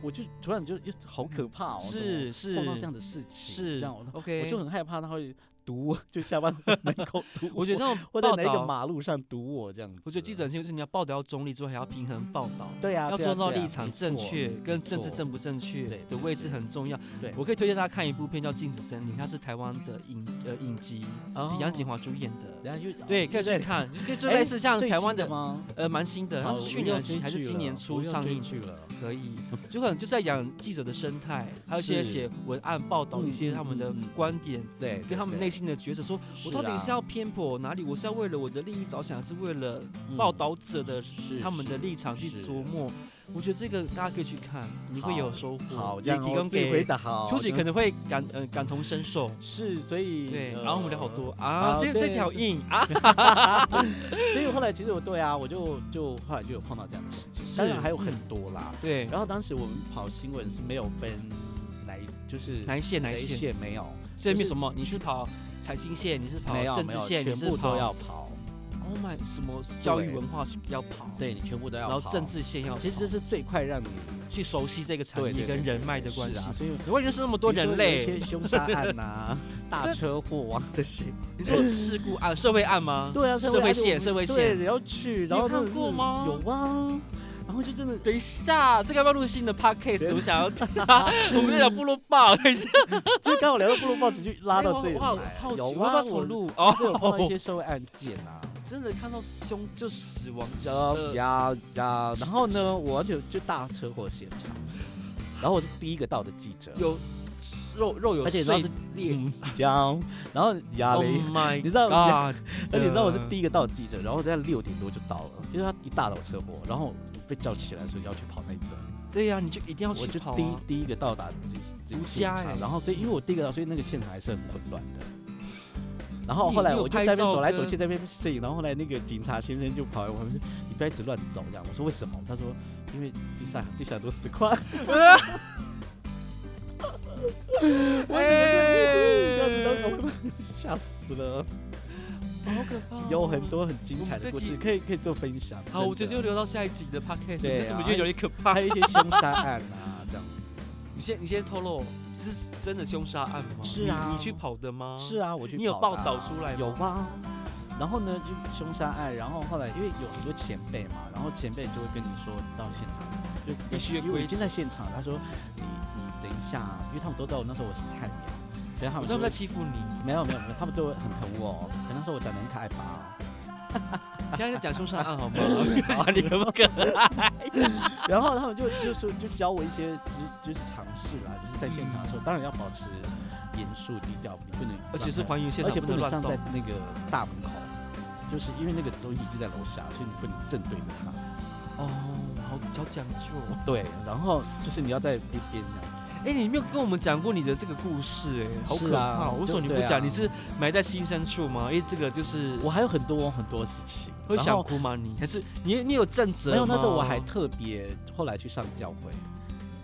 S1: 我就突然就哎好可怕哦，怎么
S2: 是是
S1: 碰到这样的事情，
S2: 是
S1: 这样我说
S2: OK，
S1: 我就很害怕他会堵我，就下班门口堵
S2: 我觉得这种
S1: 或
S2: 报
S1: 者哪一个嗯
S2: 道，
S1: 马路上堵我这样子。
S2: 我觉得记者很幸运是你要报道要中立之外，还要平衡报道。
S1: 对啊，
S2: 要
S1: 对啊
S2: 做到
S1: 对啊
S2: 立场
S1: 没
S2: 正
S1: 错
S2: 确跟政治
S1: 错
S2: 正不正确
S1: 对
S2: 的位置很重要。
S1: 对
S2: 我可以推荐大家看一部片叫《禁止森林》，它是台湾的影呃影集，
S1: 哦
S2: 是杨景华主演的。
S1: 等下就哦
S2: 对，可以去
S1: 对
S2: 看，就就
S1: 哎
S2: 类似像
S1: 最
S2: 台
S1: 新
S2: 湾的
S1: 吗？
S2: 呃蛮新的，它
S1: 好
S2: 是
S1: 我
S2: 去
S1: 又
S2: 年
S1: 追
S2: 还是
S1: 剧
S2: 今年
S1: 了
S2: 初
S1: 我又
S2: 上
S1: 追
S2: 映，
S1: 剧了。
S2: 可以， 就可能就是在讲记者的生态，还有一些
S1: 是
S2: 写文案报道
S1: 嗯
S2: 一些
S1: 嗯
S2: 他们的
S1: 嗯嗯
S2: 观点，
S1: 对，啊
S2: 跟他们
S1: 那
S2: 内心的抉择，说我到底是要偏颇哪里？我是要为了我的利益着想，还是为了报道者的
S1: 嗯是
S2: 他们的
S1: 是
S2: 立场去
S1: 是啊
S2: 琢磨？我觉得这个大家可以去看，你会有收获。
S1: 好，这
S2: 也
S1: 样
S2: 提
S1: 哦
S2: 供
S1: 自己回
S2: 给
S1: 答好，
S2: 秋姐，
S1: 这
S2: 可
S1: 样
S2: 能会感呃感同身受。
S1: 是，所以
S2: 对，
S1: 呃
S2: 然后我们聊好多啊，
S1: 好
S2: 这个这
S1: 对
S2: 集好
S1: 是
S2: 硬啊，
S1: 所以后来其实我对啊，我就就后来就有碰到这样的事情，当然
S2: 是
S1: 还有很
S2: 嗯
S1: 多啦。
S2: 对，
S1: 然后当时我们跑新闻是没有分哪一，就是
S2: 哪一线哪
S1: 哪
S2: 一
S1: 一
S2: 线？
S1: 线没有，
S2: 所以
S1: 就
S2: 没
S1: 是
S2: 什么，你是跑财经线，你是跑
S1: 没有
S2: 政
S1: 没
S2: 治
S1: 有，
S2: 线，你
S1: 全
S2: 是
S1: 部
S2: 跑
S1: 都要跑。
S2: ，Oh my，什么教育
S1: 对
S2: 文化要跑，，
S1: 对你全部都要
S2: 然
S1: 跑，
S2: 后政治线要跑，
S1: 其实这是最快让你
S2: 去熟悉这个产
S1: 对对
S2: 业
S1: 对
S2: 跟人脉的
S1: 是
S2: 关系。
S1: 啊，所以
S2: 你会认识那么多
S1: 比如
S2: 人
S1: 说有一
S2: 类
S1: 些，凶杀案呐、啊 大
S2: 这
S1: 车祸啊这些，
S2: 你说事故啊案、社会案吗？
S1: 对啊，
S2: 社
S1: 会
S2: 会
S1: 案
S2: 线
S1: 就
S2: 社会
S1: 对，
S2: 线
S1: 你要去，然
S2: 有
S1: 后真
S2: 看
S1: 的
S2: 过
S1: 是
S2: 吗
S1: 有啊，然后就真的
S2: 等一下，这个要不要录新的 podcast？
S1: 对
S2: 我想要， 我们在讲部落报，等一下哎
S1: 就是刚好聊到部落报纸就拉到这里
S2: 我
S1: 来
S2: 好，好奇，
S1: 有
S2: 我不知
S1: 啊，
S2: 道怎么录哦。
S1: 我有碰到一些社会案件 啊。
S2: 真的看到凶就死亡，
S1: 呀
S2: 呃
S1: 呀呀！然后呢，我就就大车祸现场，然后我是第一个到的记者，
S2: 有肉肉有
S1: 而且
S2: 碎
S1: 你知道是
S2: 裂。
S1: 呀，然后呀
S2: Oh
S1: 嘞，
S2: my
S1: 你知道
S2: god！
S1: 而且你知道我是
S2: 呃
S1: 第一个到的记者，然后我在六点多就到了，因为他一大早车祸，然后我被叫起来说要去跑那一阵，
S2: 呃对呀，你就一定要
S1: 我
S2: 去
S1: 就
S2: 跑 啊
S1: 第一第一个到达这这
S2: 独
S1: 个现
S2: 家欸
S1: 场，然后所以因为我第一个到，所以那个现场还是很混乱的。然后
S2: 你
S1: 后来
S2: 你有
S1: 我就
S2: 拍
S1: 在那边
S2: 照
S1: 走来走
S2: 跟
S1: 去，在那边摄影。然后后来那个警察先生就跑来我旁边说：“你不要一直乱走。”这样我说：“为什么？”他说：“因为地上地上很多石块。” 我怎么这样子当场会被吓死
S2: 哎
S1: 了？
S2: 好可怕哦！
S1: 有很多很精彩
S2: 我们这
S1: 的故
S2: 集
S1: 事，可以可以做分享。
S2: 好，我觉
S1: 真
S2: 得
S1: 的
S2: 就留到下一集的 podcast，
S1: 对啊
S2: 那怎么越有点可怕
S1: 还？有一些凶杀案啊，这样子。
S2: 你先你先透露，是真的凶杀案吗？
S1: 是啊
S2: 你你去跑的吗？
S1: 是啊，我去
S2: 你有
S1: 跑的啊
S2: 报道出来吗
S1: 有啊。然后呢，就凶杀案，然后后来因为有很多前辈嘛，然后前辈就会跟你说到现场，就是
S2: 必须
S1: 因为我已
S2: 规
S1: 经在现场，他说你你等一下啊，因为他们都知道我那时候我是菜鸟，所以他
S2: 我
S1: 们
S2: 知
S1: 就
S2: 道他们在
S1: 会
S2: 欺负你。
S1: 没有没有没有，他们都会很疼我，哦可能说我长得很可爱吧。
S2: 现在在讲凶杀 案好吗？讲 你可不可爱？
S1: 然后他们就就说就教我一些知就是尝试啦，就是在现场的时候，当然要保持严肃低调，你不能
S2: 嗯而且是
S1: 站在
S2: 还原现场，
S1: 而且
S2: 不能
S1: 能
S2: 乱
S1: 站
S2: 动
S1: 在。那个大门口，就是因为那个东西已经在楼下，所以你不能正对着它。
S2: 哦，好好讲究哦。
S1: 对，然后就是你要在边边这样子。
S2: 哎、你没有跟我们讲过你的这个故事、哎，好
S1: 是
S2: 可怕
S1: 啊
S2: 哦！为什么
S1: 对
S2: 你不
S1: 对啊
S2: 讲？你是埋在心深处吗？因为这个就是
S1: 我还有很多很多事情，
S2: 会
S1: 然
S2: 想
S1: 后
S2: 哭吗？你还是你你有正直？
S1: 没有那时候我还特别后来去上教会，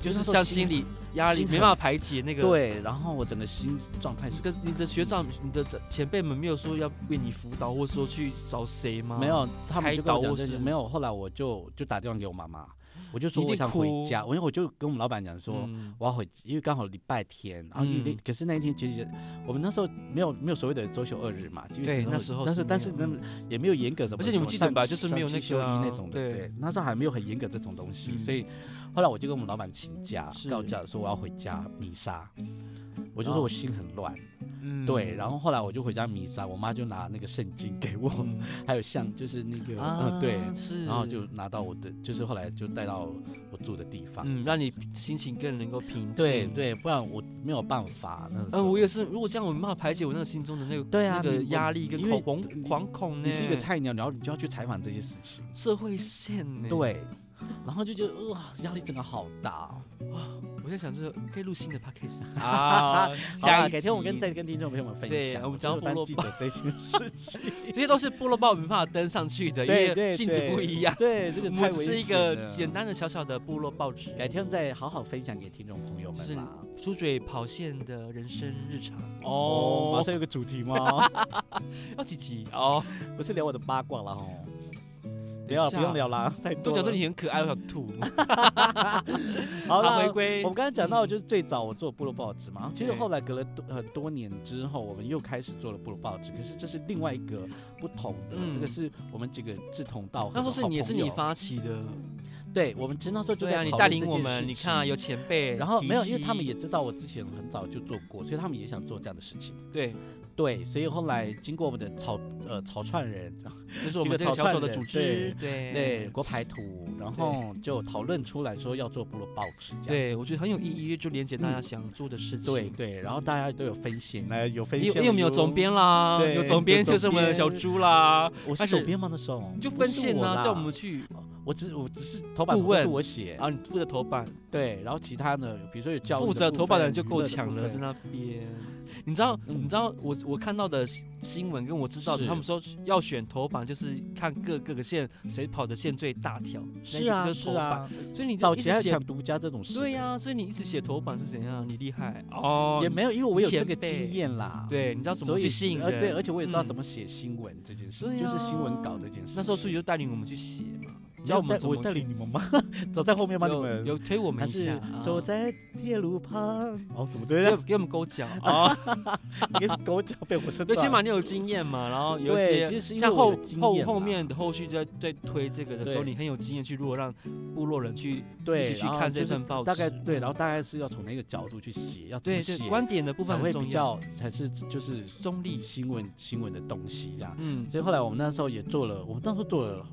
S2: 就是
S1: 那时候
S2: 像心理压力
S1: 心很
S2: 没办法排解那个。，
S1: 对，然后我整个心状态是
S2: 跟你的学长、你的前辈们没有说要为你辅导，或说去找谁吗？
S1: 没，有，他们
S2: 开
S1: 就跟我
S2: 导
S1: 讲
S2: 或
S1: 这些
S2: 是
S1: 没有。后来我就就打电话给我妈妈，我就说
S2: 你一
S1: 我
S2: 定
S1: 想回
S2: 哭
S1: 家，我因为我就跟我们老板讲说。
S2: 嗯，
S1: 我要回，因为刚好礼拜天，然后因为、
S2: 嗯
S1: 可是那一天其实我们那时候没有没有所谓的周休二日嘛，因为
S2: 对
S1: 只能
S2: 那时候
S1: 但
S2: 是
S1: 是但
S2: 没有
S1: 是那么也没有严格什么
S2: 而
S1: 什么
S2: 且
S1: 上，
S2: 你们记得吧就是没有
S1: 上
S2: 那
S1: 七休
S2: 个啊
S1: 一那种的，
S2: 对
S1: 对，那时候还没有很严格这种东西，
S2: 嗯
S1: 所以后来我就跟我们老板请假
S2: 是
S1: 告假，说我要回家弥撒，我就
S2: 然后
S1: 说我心很乱，
S2: 嗯
S1: 对，然后后来我就回家弥撒，我妈就拿那个圣经给我，
S2: 嗯
S1: 还有像就是那个、
S2: 啊
S1: 嗯， 对，
S2: 是，
S1: 然后就拿到我的，就是后来就带到我住的地方，
S2: 嗯，让你心情更能够平静。
S1: 对。对，不然我没有办法。那时
S2: 嗯，
S1: 候
S2: 我也是。如果这样，我没办法排解我那个心中的那个
S1: 对啊
S2: 那个
S1: 你
S2: 压力跟
S1: 因为
S2: 恐惶
S1: 你
S2: 惶恐呢。
S1: 你是一个菜鸟，然后你就要去采访这些事情，
S2: 社会线呢？，
S1: 对，然后就觉得哇，压力真的好大哦。，
S2: 我在想说可以录新的 podcast 啊
S1: 好
S2: 下
S1: 啦，
S2: 一
S1: 改天我跟
S2: 集
S1: 再跟听众朋友们分
S2: 对
S1: 享，
S2: 我们讲
S1: 就
S2: 到
S1: 当
S2: 部落
S1: 记者这件 事情，
S2: 这些都是部落报没办法登上去的，因
S1: 对对
S2: 为性质不一样。
S1: 对，对这个
S2: 我
S1: 太
S2: 们
S1: 危
S2: 只是一
S1: 险
S2: 个
S1: 了
S2: 简，单的小小的部落报纸，
S1: 改天再好好分享给听众朋友
S2: 就是
S1: 们啦。
S2: 出嘴跑线的人生日常。
S1: 哦，马
S2: 哦，
S1: 上有个主 题吗？
S2: 要几集哦？
S1: 不是聊我的八卦了哦。不
S2: 等
S1: 要
S2: 一
S1: 不
S2: 下
S1: 用聊啦，太多
S2: 都
S1: 了。
S2: 讲说你很可爱，我想吐。
S1: 好 啦
S2: 回归
S1: 我们刚才讲到，
S2: 嗯
S1: 就是最早我做部落报纸嘛，其实
S2: 对
S1: 后来隔了多很多年之后，我们又开始做了部落报纸，可是这是另外一个不同的，
S2: 嗯
S1: 这个是我们几个志同道合的
S2: 那
S1: 好
S2: 时候
S1: 朋友。
S2: 是你也是你发起的，
S1: 对，我们其实那时候就
S2: 对啊，
S1: 在
S2: 你
S1: 讨
S2: 带
S1: 论这
S2: 领我
S1: 件
S2: 们，
S1: 事
S2: 你看啊
S1: 情。
S2: 有前辈，
S1: 然后没有，因为
S2: 提
S1: 他们
S2: 携
S1: 也知道我之前很早就做过，所以他们也想做这样的事情。
S2: 对，
S1: 对，所以后来经过我们的草呃草串人，
S2: 就是我
S1: 这
S2: 们这
S1: 个草
S2: 个小小
S1: 创
S2: 的
S1: 人
S2: 组织，对
S1: 对国牌图，然后就讨论出来说要做部落报纸这样。
S2: 对，我觉得很有意义，就连接大家想做的事
S1: 嗯
S2: 情。
S1: 对对，然后大家都有分析，那有分析，
S2: 因为因为我们有总，编啦，
S1: 对
S2: 有总编
S1: 有总
S2: 就是我们的小
S1: 编
S2: 猪啦，
S1: 我是
S2: 但是
S1: 总编吗？那时候
S2: 你就分线
S1: 呢，
S2: 啊，叫我们去
S1: 我只我只是头版
S2: 顾
S1: 头是
S2: 问
S1: 我写，
S2: 啊，你负责头版，
S1: 对，然后其他呢，比如说有教育
S2: 负责
S1: 部
S2: 头版的
S1: 分
S2: 人就
S1: 娱
S2: 够
S1: 乐的
S2: 强
S1: 部
S2: 了，
S1: 分
S2: 在那边。 你知道，
S1: 嗯
S2: 你知道我我看到的新新闻跟我知道的，
S1: 是
S2: 他们说要选头版，就是看各各个县谁跑的线最大条，
S1: 是啊
S2: 那个就是头版。
S1: 啊，
S2: 所以你就
S1: 早
S2: 一
S1: 期
S2: 直
S1: 还有
S2: 写
S1: 抢，独家这种事，
S2: 对呀、、所以你一直写头版是怎样？你厉害哦，
S1: 也没有，因为我有这个
S2: 前辈
S1: 经验啦，，
S2: 对，你知道怎么
S1: 所
S2: 去
S1: 以
S2: 吸引
S1: 呃
S2: 人？
S1: 对，而且我也知道
S2: 嗯
S1: 怎么写新闻这件事，
S2: 对
S1: 就是
S2: 啊
S1: 新闻稿这件事。
S2: 那时候助理就带领我们去写嘛，你知道我们
S1: 带
S2: 怎
S1: 我
S2: 么
S1: 带
S2: 去
S1: 领你们吗？ 走在后面吗？你
S2: 有
S1: 们
S2: 有推我
S1: 还
S2: 们一
S1: 是
S2: 下，
S1: 走
S2: 啊
S1: 在铁路 旁？哦，怎么这
S2: 给
S1: 样？
S2: 给我们勾脚啊！
S1: 你跟狗脚被我车
S2: 就起码
S1: 撞？
S2: 你有经验嘛，然后有一
S1: 对，
S2: 些
S1: 其实是因为
S2: 像
S1: 我
S2: 后
S1: 有经
S2: 后
S1: 验
S2: 后
S1: 啦
S2: 面的后续在在推这个的时候，
S1: 对
S2: 你很有经验去如何让部落人去一
S1: 对，
S2: 起去
S1: 然后
S2: 看这
S1: 就是
S2: 份报纸，
S1: 大概对，然后大概是要从哪个角度去写，要怎么
S2: 哦对
S1: 写
S2: 对观点的部
S1: 才
S2: 分很
S1: 会比
S2: 重要，
S1: 较才是就是
S2: 中立，
S1: 新闻新闻的东西这样。
S2: 嗯，
S1: 所以后来我们那时候也做了，我们那时候做了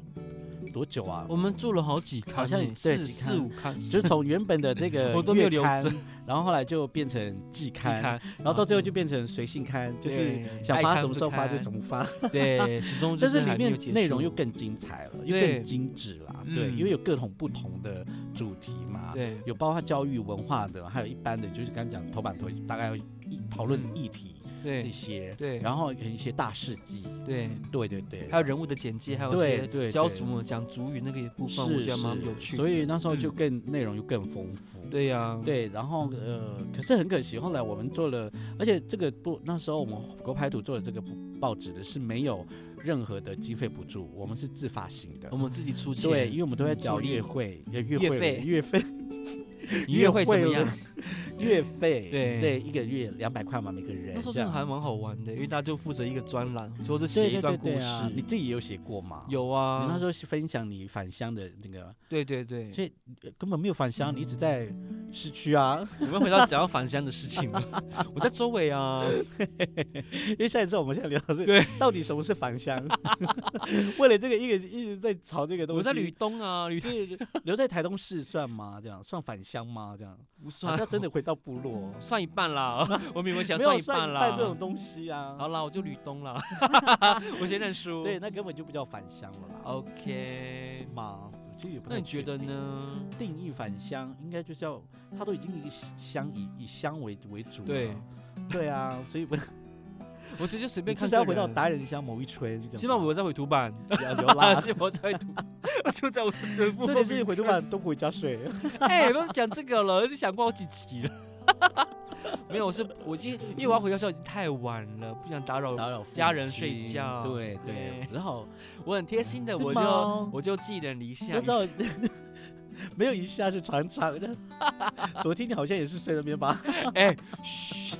S1: 多久啊？
S2: 我们做了好几
S1: 好
S2: 刊
S1: 像
S2: 欸，
S1: 对
S2: 四
S1: 几
S2: 四
S1: 刊
S2: 五刊，
S1: 就从原本的这个
S2: 我都没有
S1: 月
S2: 留
S1: 刊
S2: 着，
S1: 然后后来就变成季
S2: 几
S1: 刊，
S2: 刊，哦
S1: 然后到最后就变成随性刊，就是
S2: 对
S1: 想
S2: 爱
S1: 发
S2: 看
S1: 什么
S2: 不
S1: 时候发就
S2: 看
S1: 什么发。
S2: 对，始终就
S1: 但是里
S2: 还没有
S1: 面
S2: 结
S1: 内
S2: 束
S1: 容又更精彩了，又
S2: 对
S1: 更精致啦，对，
S2: 嗯
S1: 因为有各种不同的主题嘛，
S2: 对
S1: 有包括教育、文化的，还有一般的，就是刚讲头版头，大概要一讨论
S2: 嗯
S1: 议题这
S2: 对
S1: 些，
S2: 对
S1: 然后有一些大事记，
S2: 对。
S1: 对对对，
S2: 还有人物的简介，还有
S1: 对
S2: 一
S1: 对
S2: 些教
S1: 对
S2: 主们讲主语那个部分，我
S1: 是
S2: 觉得蛮
S1: 是
S2: 有趣的。
S1: 所以那时候就
S2: 嗯
S1: 更内容又更丰富，
S2: 对呀、
S1: 对，然后呃，可是很可惜，后来我们做了，而且这个不，那时候我们国拍图做的这个报纸的是没有任何的经费补助，我们是自发行的
S2: 我。们自己出钱。
S1: 对，因为我们都在缴
S2: 助力
S1: 月会，呃月
S2: 月
S1: 会
S2: 费
S1: 月 费，
S2: 你约会怎
S1: 约
S2: 么
S1: 会
S2: 样？
S1: 月费，
S2: 对
S1: 对，一个月两百块嘛，每个人。
S2: 那时候
S1: 这
S2: 真的
S1: 样
S2: 还蛮好玩的，因为大家就负责一个专栏，或者
S1: 对
S2: 写一
S1: 对
S2: 段
S1: 对
S2: 故
S1: 对
S2: 事。
S1: 啊，你自己有写过吗？。
S2: 有
S1: 你
S2: 啊，
S1: 那时候是分享你返乡的那个，
S2: 对对对，
S1: 所以呃根本没有返乡，你一直在市区啊。
S2: 我们回到讲到返乡的事情了。我在周 围啊，
S1: 因为下一次我们现在聊的是，
S2: 对，
S1: 到底什么是返乡？ 为了这个，一个一直在吵这个东西。
S2: 我在吕东啊，吕东
S1: 留在台东市算吗？这样算返乡吗？这样
S2: 不
S1: 好
S2: 算
S1: 像，真的回到部落，
S2: 算一半啦。我勉为 想
S1: 没有
S2: 一
S1: 算
S2: 半
S1: 一
S2: 啦
S1: 半。这种东西啊。
S2: 好啦，我就吕 东啦，我先认输。
S1: 对，那根本就不叫返乡了啦。是
S2: ，OK。
S1: 吗？我其实也不
S2: 那
S1: 太
S2: 你觉
S1: 确
S2: 得
S1: 定？嗯
S2: 呢？
S1: 定义返乡应该就是要，他都已经以乡以以乡为为主了。
S2: 对，
S1: 对啊，所以不
S2: 我觉得就随
S1: 你
S2: 便
S1: 至
S2: 看
S1: 少
S2: 个
S1: 要
S2: 人。
S1: 回到达人乡某一村。
S2: 起码我在回土版，
S1: 有 有啦，
S2: 希望在回 土，就在我的部
S1: 这件
S2: 落
S1: 事情
S2: 名
S1: 回头
S2: 村
S1: 晚都不回家睡。
S2: 哎、不要讲这个了，就想过好几集了。 没有，我是我今天因为我要回家的时候已经太晚了，不想打扰。
S1: 打扰父
S2: 家人
S1: 亲
S2: 睡觉
S1: 对对
S2: 对，
S1: 只好
S2: 我很贴心的，
S1: 是
S2: 我就
S1: 吗
S2: 我就寄人篱下
S1: 就。只好 没有一下是长长的。 昨天你好像也是睡那边 吧？
S2: 哎， 嘘，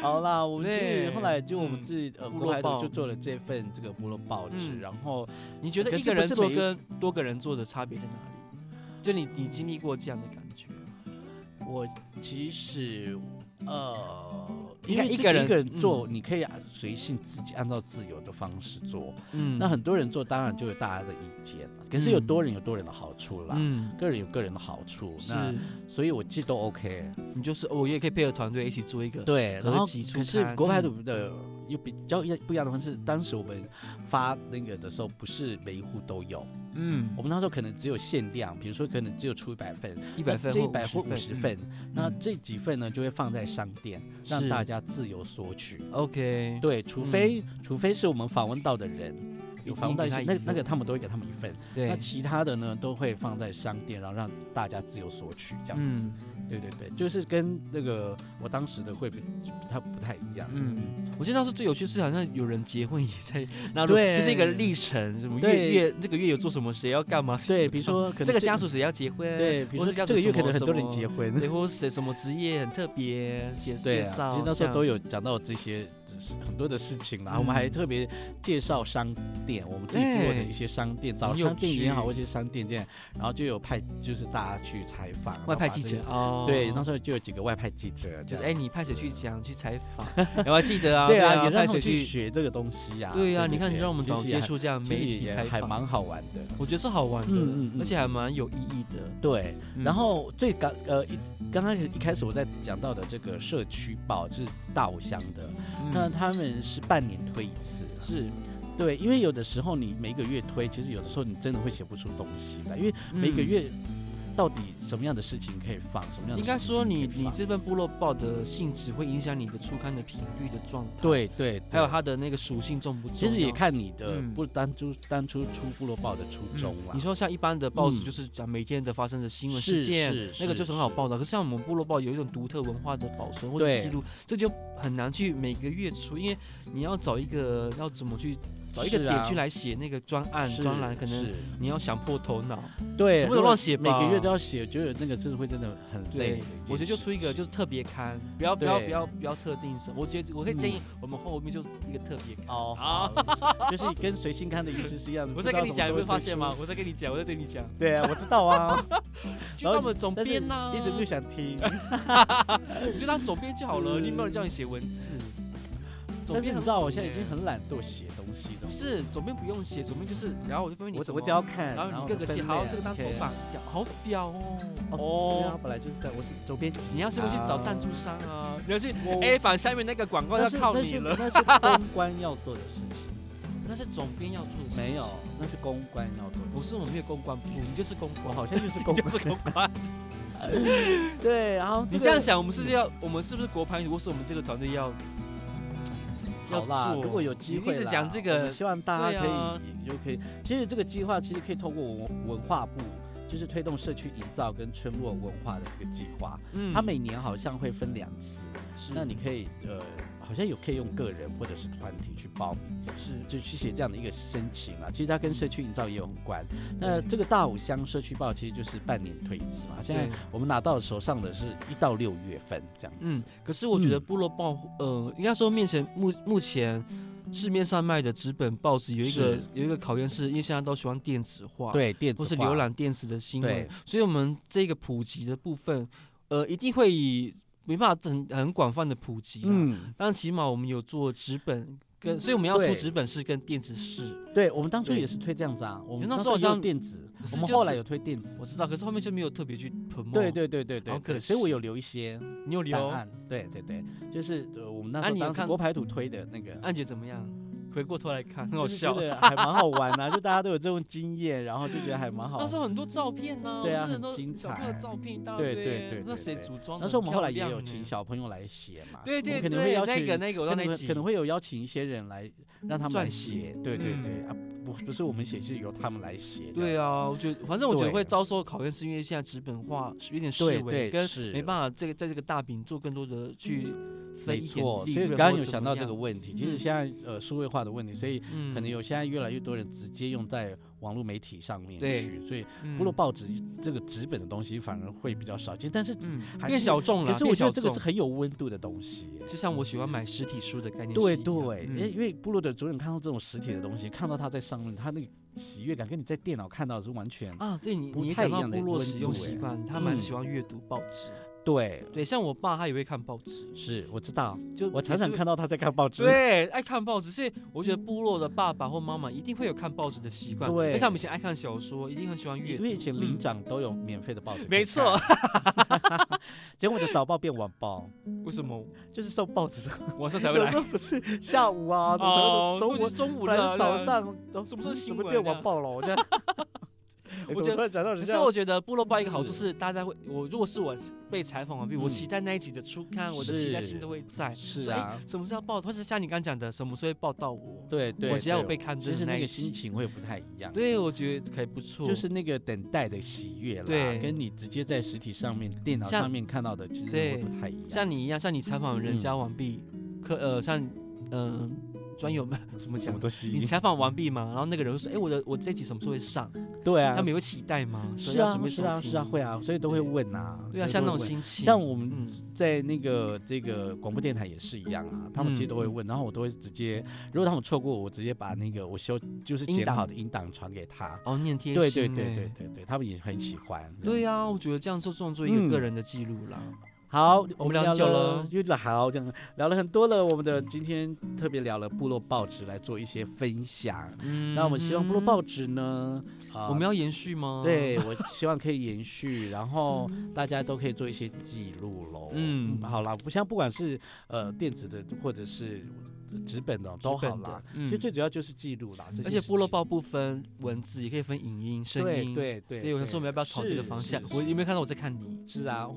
S1: 好啦，我们去
S2: 对
S1: 后来就我们
S2: 嗯
S1: 自己呃
S2: 部
S1: 国
S2: 落
S1: 海组
S2: 报
S1: 就做了这份这个部落报纸，
S2: 嗯
S1: 然后
S2: 你觉得
S1: 可
S2: 一
S1: 是
S2: 个
S1: 不
S2: 人
S1: 是
S2: 做
S1: 每一
S2: 跟多个人做的差别在哪里？就你你经历过这样的感觉？
S1: 我其实呃，
S2: 应
S1: 因
S2: 该
S1: 为
S2: 一
S1: 自
S2: 个
S1: 己
S2: 人嗯
S1: 一个人做，你可以啊随性自己按照自由的方式做。
S2: 嗯
S1: 那很多人做，当然就有大家的意见，可是有
S2: 嗯
S1: 多人有多人的好处啦，
S2: 嗯，
S1: 个人有个人的好处。
S2: 是
S1: 那所以我记得都 OK。
S2: 你就是哦我也可以配合团队一起做一个。
S1: 对，然
S2: 合
S1: 后
S2: 集出
S1: 可是
S2: 刊
S1: 国排
S2: 嗯
S1: 组的又比较一不一样的话是，当时我们发那个的时候，不是每一户都有，
S2: 嗯
S1: 我，们那时候可能只有限量，比如说可能只有出一百份，
S2: 一百份
S1: 呃这一百或五
S2: 50
S1: 十份，那
S2: 嗯
S1: 这几份呢就会放在商店，让
S2: 是
S1: 大家自由索取。
S2: OK，
S1: 对，除非、除非是我们访问到的人，有访问到一些，
S2: 一
S1: 那
S2: 定给他一
S1: 那个
S2: 份
S1: 他们都会给他们一份，那
S2: 对，
S1: 其他的呢都会放在商店，然后让大家自由索取这样子。
S2: 嗯
S1: 对对对，就是跟那个我当时的会比它不太一样。
S2: 嗯。我记得那时候最有趣是，好像有人结婚也在 纳入，
S1: 对
S2: 就是一个历程，什么
S1: 对
S2: 月月这个月有做什么，谁要干嘛，谁
S1: 对，
S2: 要
S1: 比如
S2: 干嘛
S1: 说可能
S2: 这个家属谁要结婚，
S1: 对，比如
S2: 或
S1: 说
S2: 是家
S1: 这
S2: 属
S1: 个月
S2: 什
S1: 可能
S2: 么
S1: 很多
S2: 什
S1: 人
S2: 么
S1: 结婚，
S2: 对，或是谁什么职业很特别，介
S1: 对
S2: 介
S1: 啊，
S2: 绍，
S1: 其实那时候都
S2: 有，
S1: 有讲到这些只是很多的事情啦，我们
S2: 嗯
S1: 还特别介绍商店，我们自己部落的
S2: 对
S1: 一些商店，找
S2: 很有
S1: 商店也好，
S2: 趣
S1: 或者是商店这样，然后就有派就是大家去采访然
S2: 外
S1: 后
S2: 派
S1: 把
S2: 记
S1: 这
S2: 者
S1: 些
S2: 哦，
S1: 对，那时候就有几个外派记者这
S2: 就
S1: 样，
S2: 是哎，你派谁去讲去采 访，要不要记得啊？
S1: 对
S2: 啊，
S1: 啊，也让
S2: 派
S1: 他
S2: 谁
S1: 们去
S2: 去？
S1: 学这个东西呀，
S2: 对啊，你看你让我们
S1: 其实
S2: 早
S1: 也
S2: 接
S1: 还，
S2: 触这样
S1: 其
S2: 媒
S1: 实
S2: 体
S1: 也
S2: 采
S1: 还
S2: 访，
S1: 蛮好玩的，
S2: 我觉得是好玩的
S1: 嗯嗯，嗯
S2: 而且还蛮有意义的。
S1: 对。
S2: 嗯
S1: 然后最刚呃一刚开始一开始我在讲到的这个社区报是大武乡的，
S2: 嗯
S1: 那他们是半年推一次，啊
S2: 是
S1: 对，因为有的时候你每个月推，其实有的时候你真的会写不出东西来，因为每个
S2: 嗯
S1: 月到底什么样的事情可以放，什么样的
S2: 应该
S1: 事情
S2: 说
S1: 不可以
S2: 你你
S1: 放
S2: 这份部落报的性质会影响你的出刊的频率的状态，，
S1: 对对，
S2: 还有
S1: 对
S2: 它的那个属性重不重要。
S1: 其实也看你的
S2: 嗯
S1: 不当初当初出部落报的初
S2: 嗯
S1: 衷啊啦。
S2: 你说像一般的报纸
S1: 嗯
S2: 就是讲每天的发生的新闻
S1: 是
S2: 事件
S1: 是，
S2: 那个
S1: 是
S2: 就是很好
S1: 是
S2: 报道。可是像我们部落报有一种独特文化的保存或者
S1: 对
S2: 记录，这就很难去每个月出，因为你要找一个要怎么去找一个
S1: 是
S2: 点
S1: 啊
S2: 去来写那个专案
S1: 是
S2: 专栏，可能
S1: 是
S2: 你要想破头脑。
S1: 对，
S2: 全部
S1: 如
S2: 都
S1: 果
S2: 乱写
S1: 每个月
S2: 吧
S1: 都要写，觉得那个真的会真的很累的一件事情。
S2: 我觉得就出一个就是特别刊，不要不要不
S1: 对嗯
S2: 要不要特定什么。我觉得我可以建议我们后面就是一个特别刊。
S1: 哦，
S2: 啊
S1: 好就是跟随心看的意思是一样的。
S2: 我
S1: 不
S2: 在
S1: 知道
S2: 跟你
S1: 什么
S2: 讲，
S1: 时候
S2: 有没有发
S1: 推
S2: 现
S1: 出
S2: 吗？？我在跟你讲，我在对你讲，
S1: 对啊，我知道 啊，
S2: 就当我们总
S1: 但是
S2: 编呐，
S1: 一直不想听。
S2: 你就当总编就好了，你没有人叫你写文字。
S1: 但是你知道，我现在已经
S2: 很苦
S1: 很懒惰写东西的
S2: 耶不。是总编不用写，总编就是，然后我就分配你
S1: 我
S2: 什
S1: 我
S2: 么
S1: 只要看，
S2: 然后你
S1: 后
S2: 各个
S1: 分
S2: 写，
S1: 类
S2: 好这个当头
S1: OK
S2: 发夹，好屌哦
S1: 对啊
S2: 哦。，
S1: 本来就是在，我是周边集。
S2: 你要是会去找赞助商啊，你要去 A 版下面那个广告
S1: 那
S2: 要
S1: 是
S2: 靠
S1: 那
S2: 你
S1: 是
S2: 了。
S1: 那是公关要做的事情，
S2: 那是总编要做的事情
S1: 没有，那是公关要做的事情。
S2: 不是我们没有公关部，你就是公
S1: 我
S2: 关，
S1: 好像就是公
S2: 就
S1: 关，
S2: 是公关。
S1: 对，然后
S2: 你
S1: 个
S2: 这样想，我们是不是要，我们是不是国盘？如果是我们这个团队要，要
S1: 好啦，
S2: 做
S1: 如果有机会
S2: 你
S1: 啦，
S2: 一直讲这
S1: 我
S2: 个
S1: 们，希望大家可
S2: 对啊
S1: 以就可以。其实这个计划其实可以透过文文化部，就是推动社区营造跟村落文化的这个计划。
S2: 嗯
S1: 它每年好像会分两次，
S2: 是
S1: 那你可以呃，好像有可以用个人或者是团体去报名。
S2: 是
S1: 就去写这样的一个申请啊。其实它跟社区营造也有关。那这个大武乡社区报其实就是半年推一次嘛。现在
S2: 对
S1: 我们拿到手上的是一到六月份这样子。
S2: 嗯，可是我觉得
S1: 嗯
S2: 部落报，呃，应该说面前目目前市面上卖的纸本报纸有一个
S1: 是
S2: 有一个考验是，因为现在都喜欢电子化，，
S1: 对，电子
S2: 或是
S1: 化
S2: 浏览电子的新闻
S1: 对，
S2: 所以我们这个普及的部分，呃，一定会以没办法很很广泛的普及，嗯，
S1: 嗯，
S2: 但起码我们有做纸本跟，所以我们要出
S1: 对
S2: 纸本式跟电子式，
S1: 对，我们当初
S2: 对
S1: 也是推这样子啊。我们
S2: 那时
S1: 时候
S2: 候好
S1: 也有
S2: 像
S1: 电子
S2: 可，是
S1: 我们
S2: 就
S1: 后来
S2: 是
S1: 有推电子
S2: 我。知道，可是后面就没有特别去 promote，
S1: 对，对对对对，
S2: 好可
S1: 对所以我
S2: 惜
S1: 有留一些
S2: 你有留
S1: 档，案。对对对，就是呃我们那
S2: 啊
S1: 时候
S2: 你有
S1: 当时
S2: 看
S1: 国牌土推的那个，
S2: 安觉得怎么样？回过头来看，很
S1: 就
S2: 好
S1: 是
S2: 笑。
S1: 觉得还蛮好玩啊，就大家都有这种经验，然后就觉得还蛮好。
S2: 那时候很多照片呢、
S1: 哦对啊
S2: 是很多
S1: 很精
S2: 小朋友
S1: 彩
S2: 的照片一大堆，
S1: 对对对
S2: 那
S1: 对
S2: 谁
S1: 对
S2: 组装的？
S1: 那时候我们后来也有请
S2: 请，
S1: 小朋友来写嘛，
S2: 对
S1: 我
S2: 对
S1: 们可能会
S2: 对，
S1: 邀
S2: 那
S1: 请
S2: 个那个我到
S1: 可能
S2: 那一
S1: 会
S2: 集
S1: 可能会有邀请一些人来让他们来
S2: 撰
S1: 写，对对
S2: 嗯
S1: 对、啊，不不是我们写，是由他们来写。
S2: 对
S1: 啊，
S2: 啊，我觉得反正我觉得
S1: 对
S2: 会遭受考验，是因为现在纸本化是有点式
S1: 对
S2: 微，
S1: 对
S2: 跟
S1: 是
S2: 没办法这个在这个大饼做更多的去分
S1: 没
S2: 一点
S1: 错。
S2: 利
S1: 所以
S2: 润
S1: 刚刚
S2: 或
S1: 有
S2: 怎
S1: 想
S2: 么
S1: 到这
S2: 样
S1: 个问题，其实
S2: 嗯
S1: 现在呃数位化的问题，所以
S2: 嗯
S1: 可能有现在越来越多人直接用在网络媒体上面
S2: 对
S1: 去，所以
S2: 嗯
S1: 部落报纸这个纸本的东西反而会比较少见，但是
S2: 嗯
S1: 还
S2: 变
S1: 是
S2: 小众
S1: 可
S2: 了，
S1: 是
S2: 变
S1: 我觉
S2: 小
S1: 得这个
S2: 众嗯
S1: 是，很有温度的东西耶。
S2: 就像我喜欢买实体书的概念是一
S1: 对
S2: 样，
S1: 对，因
S2: 嗯
S1: 为因为部落的主任看到这种实体的东西，看到它在上面，他那个喜悦感跟你在电脑看到的是完全
S2: 啊，对你
S1: 不
S2: 你也
S1: 太
S2: 讲
S1: 一
S2: 到
S1: 样的
S2: 部落
S1: 温
S2: 使用
S1: 度
S2: 习
S1: 欸
S2: 惯，他蛮
S1: 嗯
S2: 喜欢阅读报纸，
S1: 对，
S2: 对，像我爸他也会看报纸，
S1: 是我知道，
S2: 就
S1: 我
S2: 嗯也
S1: 常
S2: 是
S1: 常
S2: 会
S1: 看到他在看报纸。
S2: 对，爱看报纸，所以我觉得部落的爸爸或妈妈一定会有看报纸的习惯。
S1: 对
S2: 而且他们以前爱看小说，一定很喜欢阅
S1: 因
S2: 读。
S1: 为以前
S2: 嗯
S1: 领长都有免费的报纸可以看，
S2: 没错
S1: 结果我的早报变晚报，
S2: 为什么
S1: 就是送报纸的，
S2: 晚 上才会
S1: 有
S2: 来
S1: 时？候不是下午啊，什么
S2: 哦，
S1: 中
S2: 不
S1: 午
S2: 是中午
S1: 本来
S2: 了，
S1: 是早
S2: 对。
S1: 上，都
S2: 什么时候新
S1: 怎么
S2: 闻
S1: 变
S2: 这
S1: 晚
S2: 样
S1: 报了？我 这样，我
S2: 觉
S1: 突
S2: 得
S1: 然讲到人
S2: 可
S1: 家
S2: 是我觉得部落报一个好处
S1: 是
S2: 是，大家会，我如果是我被采访完毕，
S1: 嗯
S2: 我期待那一集的初刊，我的期待性都会在。
S1: 是
S2: 说哎
S1: 啊，
S2: 什么时候要报？或是像你刚刚讲的，什么时候会报道我？
S1: 对对，
S2: 我只要有
S1: 对
S2: 被看
S1: 其
S2: 见
S1: 实
S2: 的
S1: 那
S2: 一
S1: 个心
S2: 集。
S1: 情会不太一样。
S2: 对，我觉得还不错。
S1: 就是那个等待的喜悦啦，
S2: 对嗯
S1: 跟你直接在实体上面、电脑
S2: 像
S1: 上面看到的其实
S2: 对
S1: 会不太一样。
S2: 像你一样，像你采访人家完毕，可呃，像嗯、专有们怎么
S1: 什
S2: 讲
S1: 么？都吸
S2: 你
S1: 引，
S2: 采访完毕嘛，然后那个人就说：“哎、我的我这集什么时候会上？”
S1: 对啊，
S2: 他们也会期待吗？所以
S1: 是
S2: 要什
S1: 啊
S2: 么时
S1: 是
S2: 候
S1: 啊
S2: 听
S1: 是啊会啊，所以都会
S2: 对
S1: 问啊。
S2: 对啊，
S1: 所以
S2: 像那
S1: 都会
S2: 种
S1: 问
S2: 心情，
S1: 像我们
S2: 嗯，
S1: 在那个这个广播电台也是一样啊，他们其实
S2: 嗯
S1: 都会问，然后我都会直接，如果他们错过，我直接把那个我修就是
S2: 音
S1: 剪
S2: 档
S1: 好的音档传给他。
S2: 哦，念贴心、
S1: 对
S2: 欸
S1: 对对对。对对，他们也很喜欢。
S2: 对
S1: 呀、
S2: 啊，我觉得这样就算做一个个
S1: 嗯
S2: 人的记录啦。
S1: 好，
S2: 嗯
S1: 我
S2: 我
S1: 们
S2: 们聊
S1: 聊
S2: 很久
S1: 了
S2: 了，
S1: 又聊好这样聊了很多了。我们的今天特别聊了部落报纸来做一些分享。
S2: 嗯，
S1: 那我们希望部落报纸呢，啊、
S2: 我们要嗯延续吗？，
S1: 对我希望可以延续，然后大家都可以做一些记录喽。
S2: 嗯
S1: 好啦，不像不管是呃电子的或者是纸本的都好
S2: 本的
S1: 啦。，
S2: 嗯
S1: 其实最主要就是记录啦，这些
S2: 而且
S1: 事
S2: 部落
S1: 情
S2: 报不分文字，也可以分影音、声
S1: 对
S2: 音。
S1: 对对，
S2: 所以我想
S1: 对
S2: 说，我们要不要朝这个
S1: 是
S2: 方向
S1: 是？
S2: 我
S1: 是
S2: 有没有看到我在看你？
S1: 是 啊，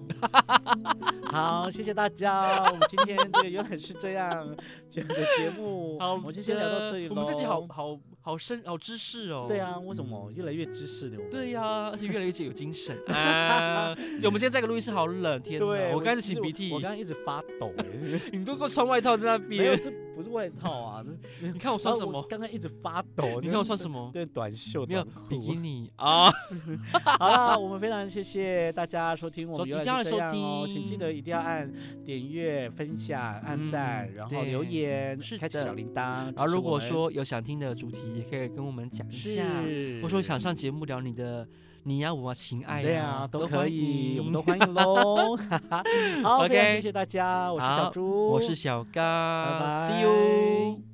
S1: 好，谢谢大家。我们今天这个原来是这样，这个节目，
S2: 好，呃
S1: 我们就先聊到这里
S2: 我
S1: 喽。
S2: 们这集好，好好深好知识哦。
S1: 对啊，为什么越来越知识流？
S2: 对呀、而且越来越有精 神啊！就我们今天在个录音室好冷，天哪！
S1: 对，
S2: 我刚才
S1: 其实
S2: 擤鼻涕
S1: 我，刚刚一直发抖，哎是不 是
S2: 你都给我穿外套在那
S1: 没有，
S2: 边。
S1: 这不是外套啊，这
S2: 你看我穿什么？
S1: 刚刚一直发抖，
S2: 你看我穿什
S1: 么？
S2: 么？
S1: 对，短袖
S2: 没有
S1: 短
S2: 比基
S1: 裤。
S2: 尼啊！
S1: 好啦，我们非常谢谢大家收听我
S2: 收
S1: 们原
S2: 一定
S1: 来
S2: 要
S1: 是
S2: 收
S1: 这样哦，请记
S2: 听
S1: 得一定要按点阅、分享、按赞，
S2: 嗯
S1: 然后留
S2: 对
S1: 言
S2: 是，
S1: 开启小
S2: 的
S1: 铃铛。
S2: 然后
S1: 支持
S2: 如
S1: 我
S2: 果
S1: 们
S2: 说有想听的主题，也可以跟我们讲一下。
S1: 是，
S2: 或说想上节目聊你的你呀、我啊、情爱
S1: 对
S2: 呀、
S1: 啊，
S2: 都
S1: 可
S2: 欢
S1: 以，我们
S2: 迎
S1: 都欢迎喽。哈 哈好非常
S2: OK
S1: 谢谢大家，我是小
S2: 好
S1: 猪，
S2: 我是小
S1: 拜
S2: 刚
S1: 拜
S2: ，See you。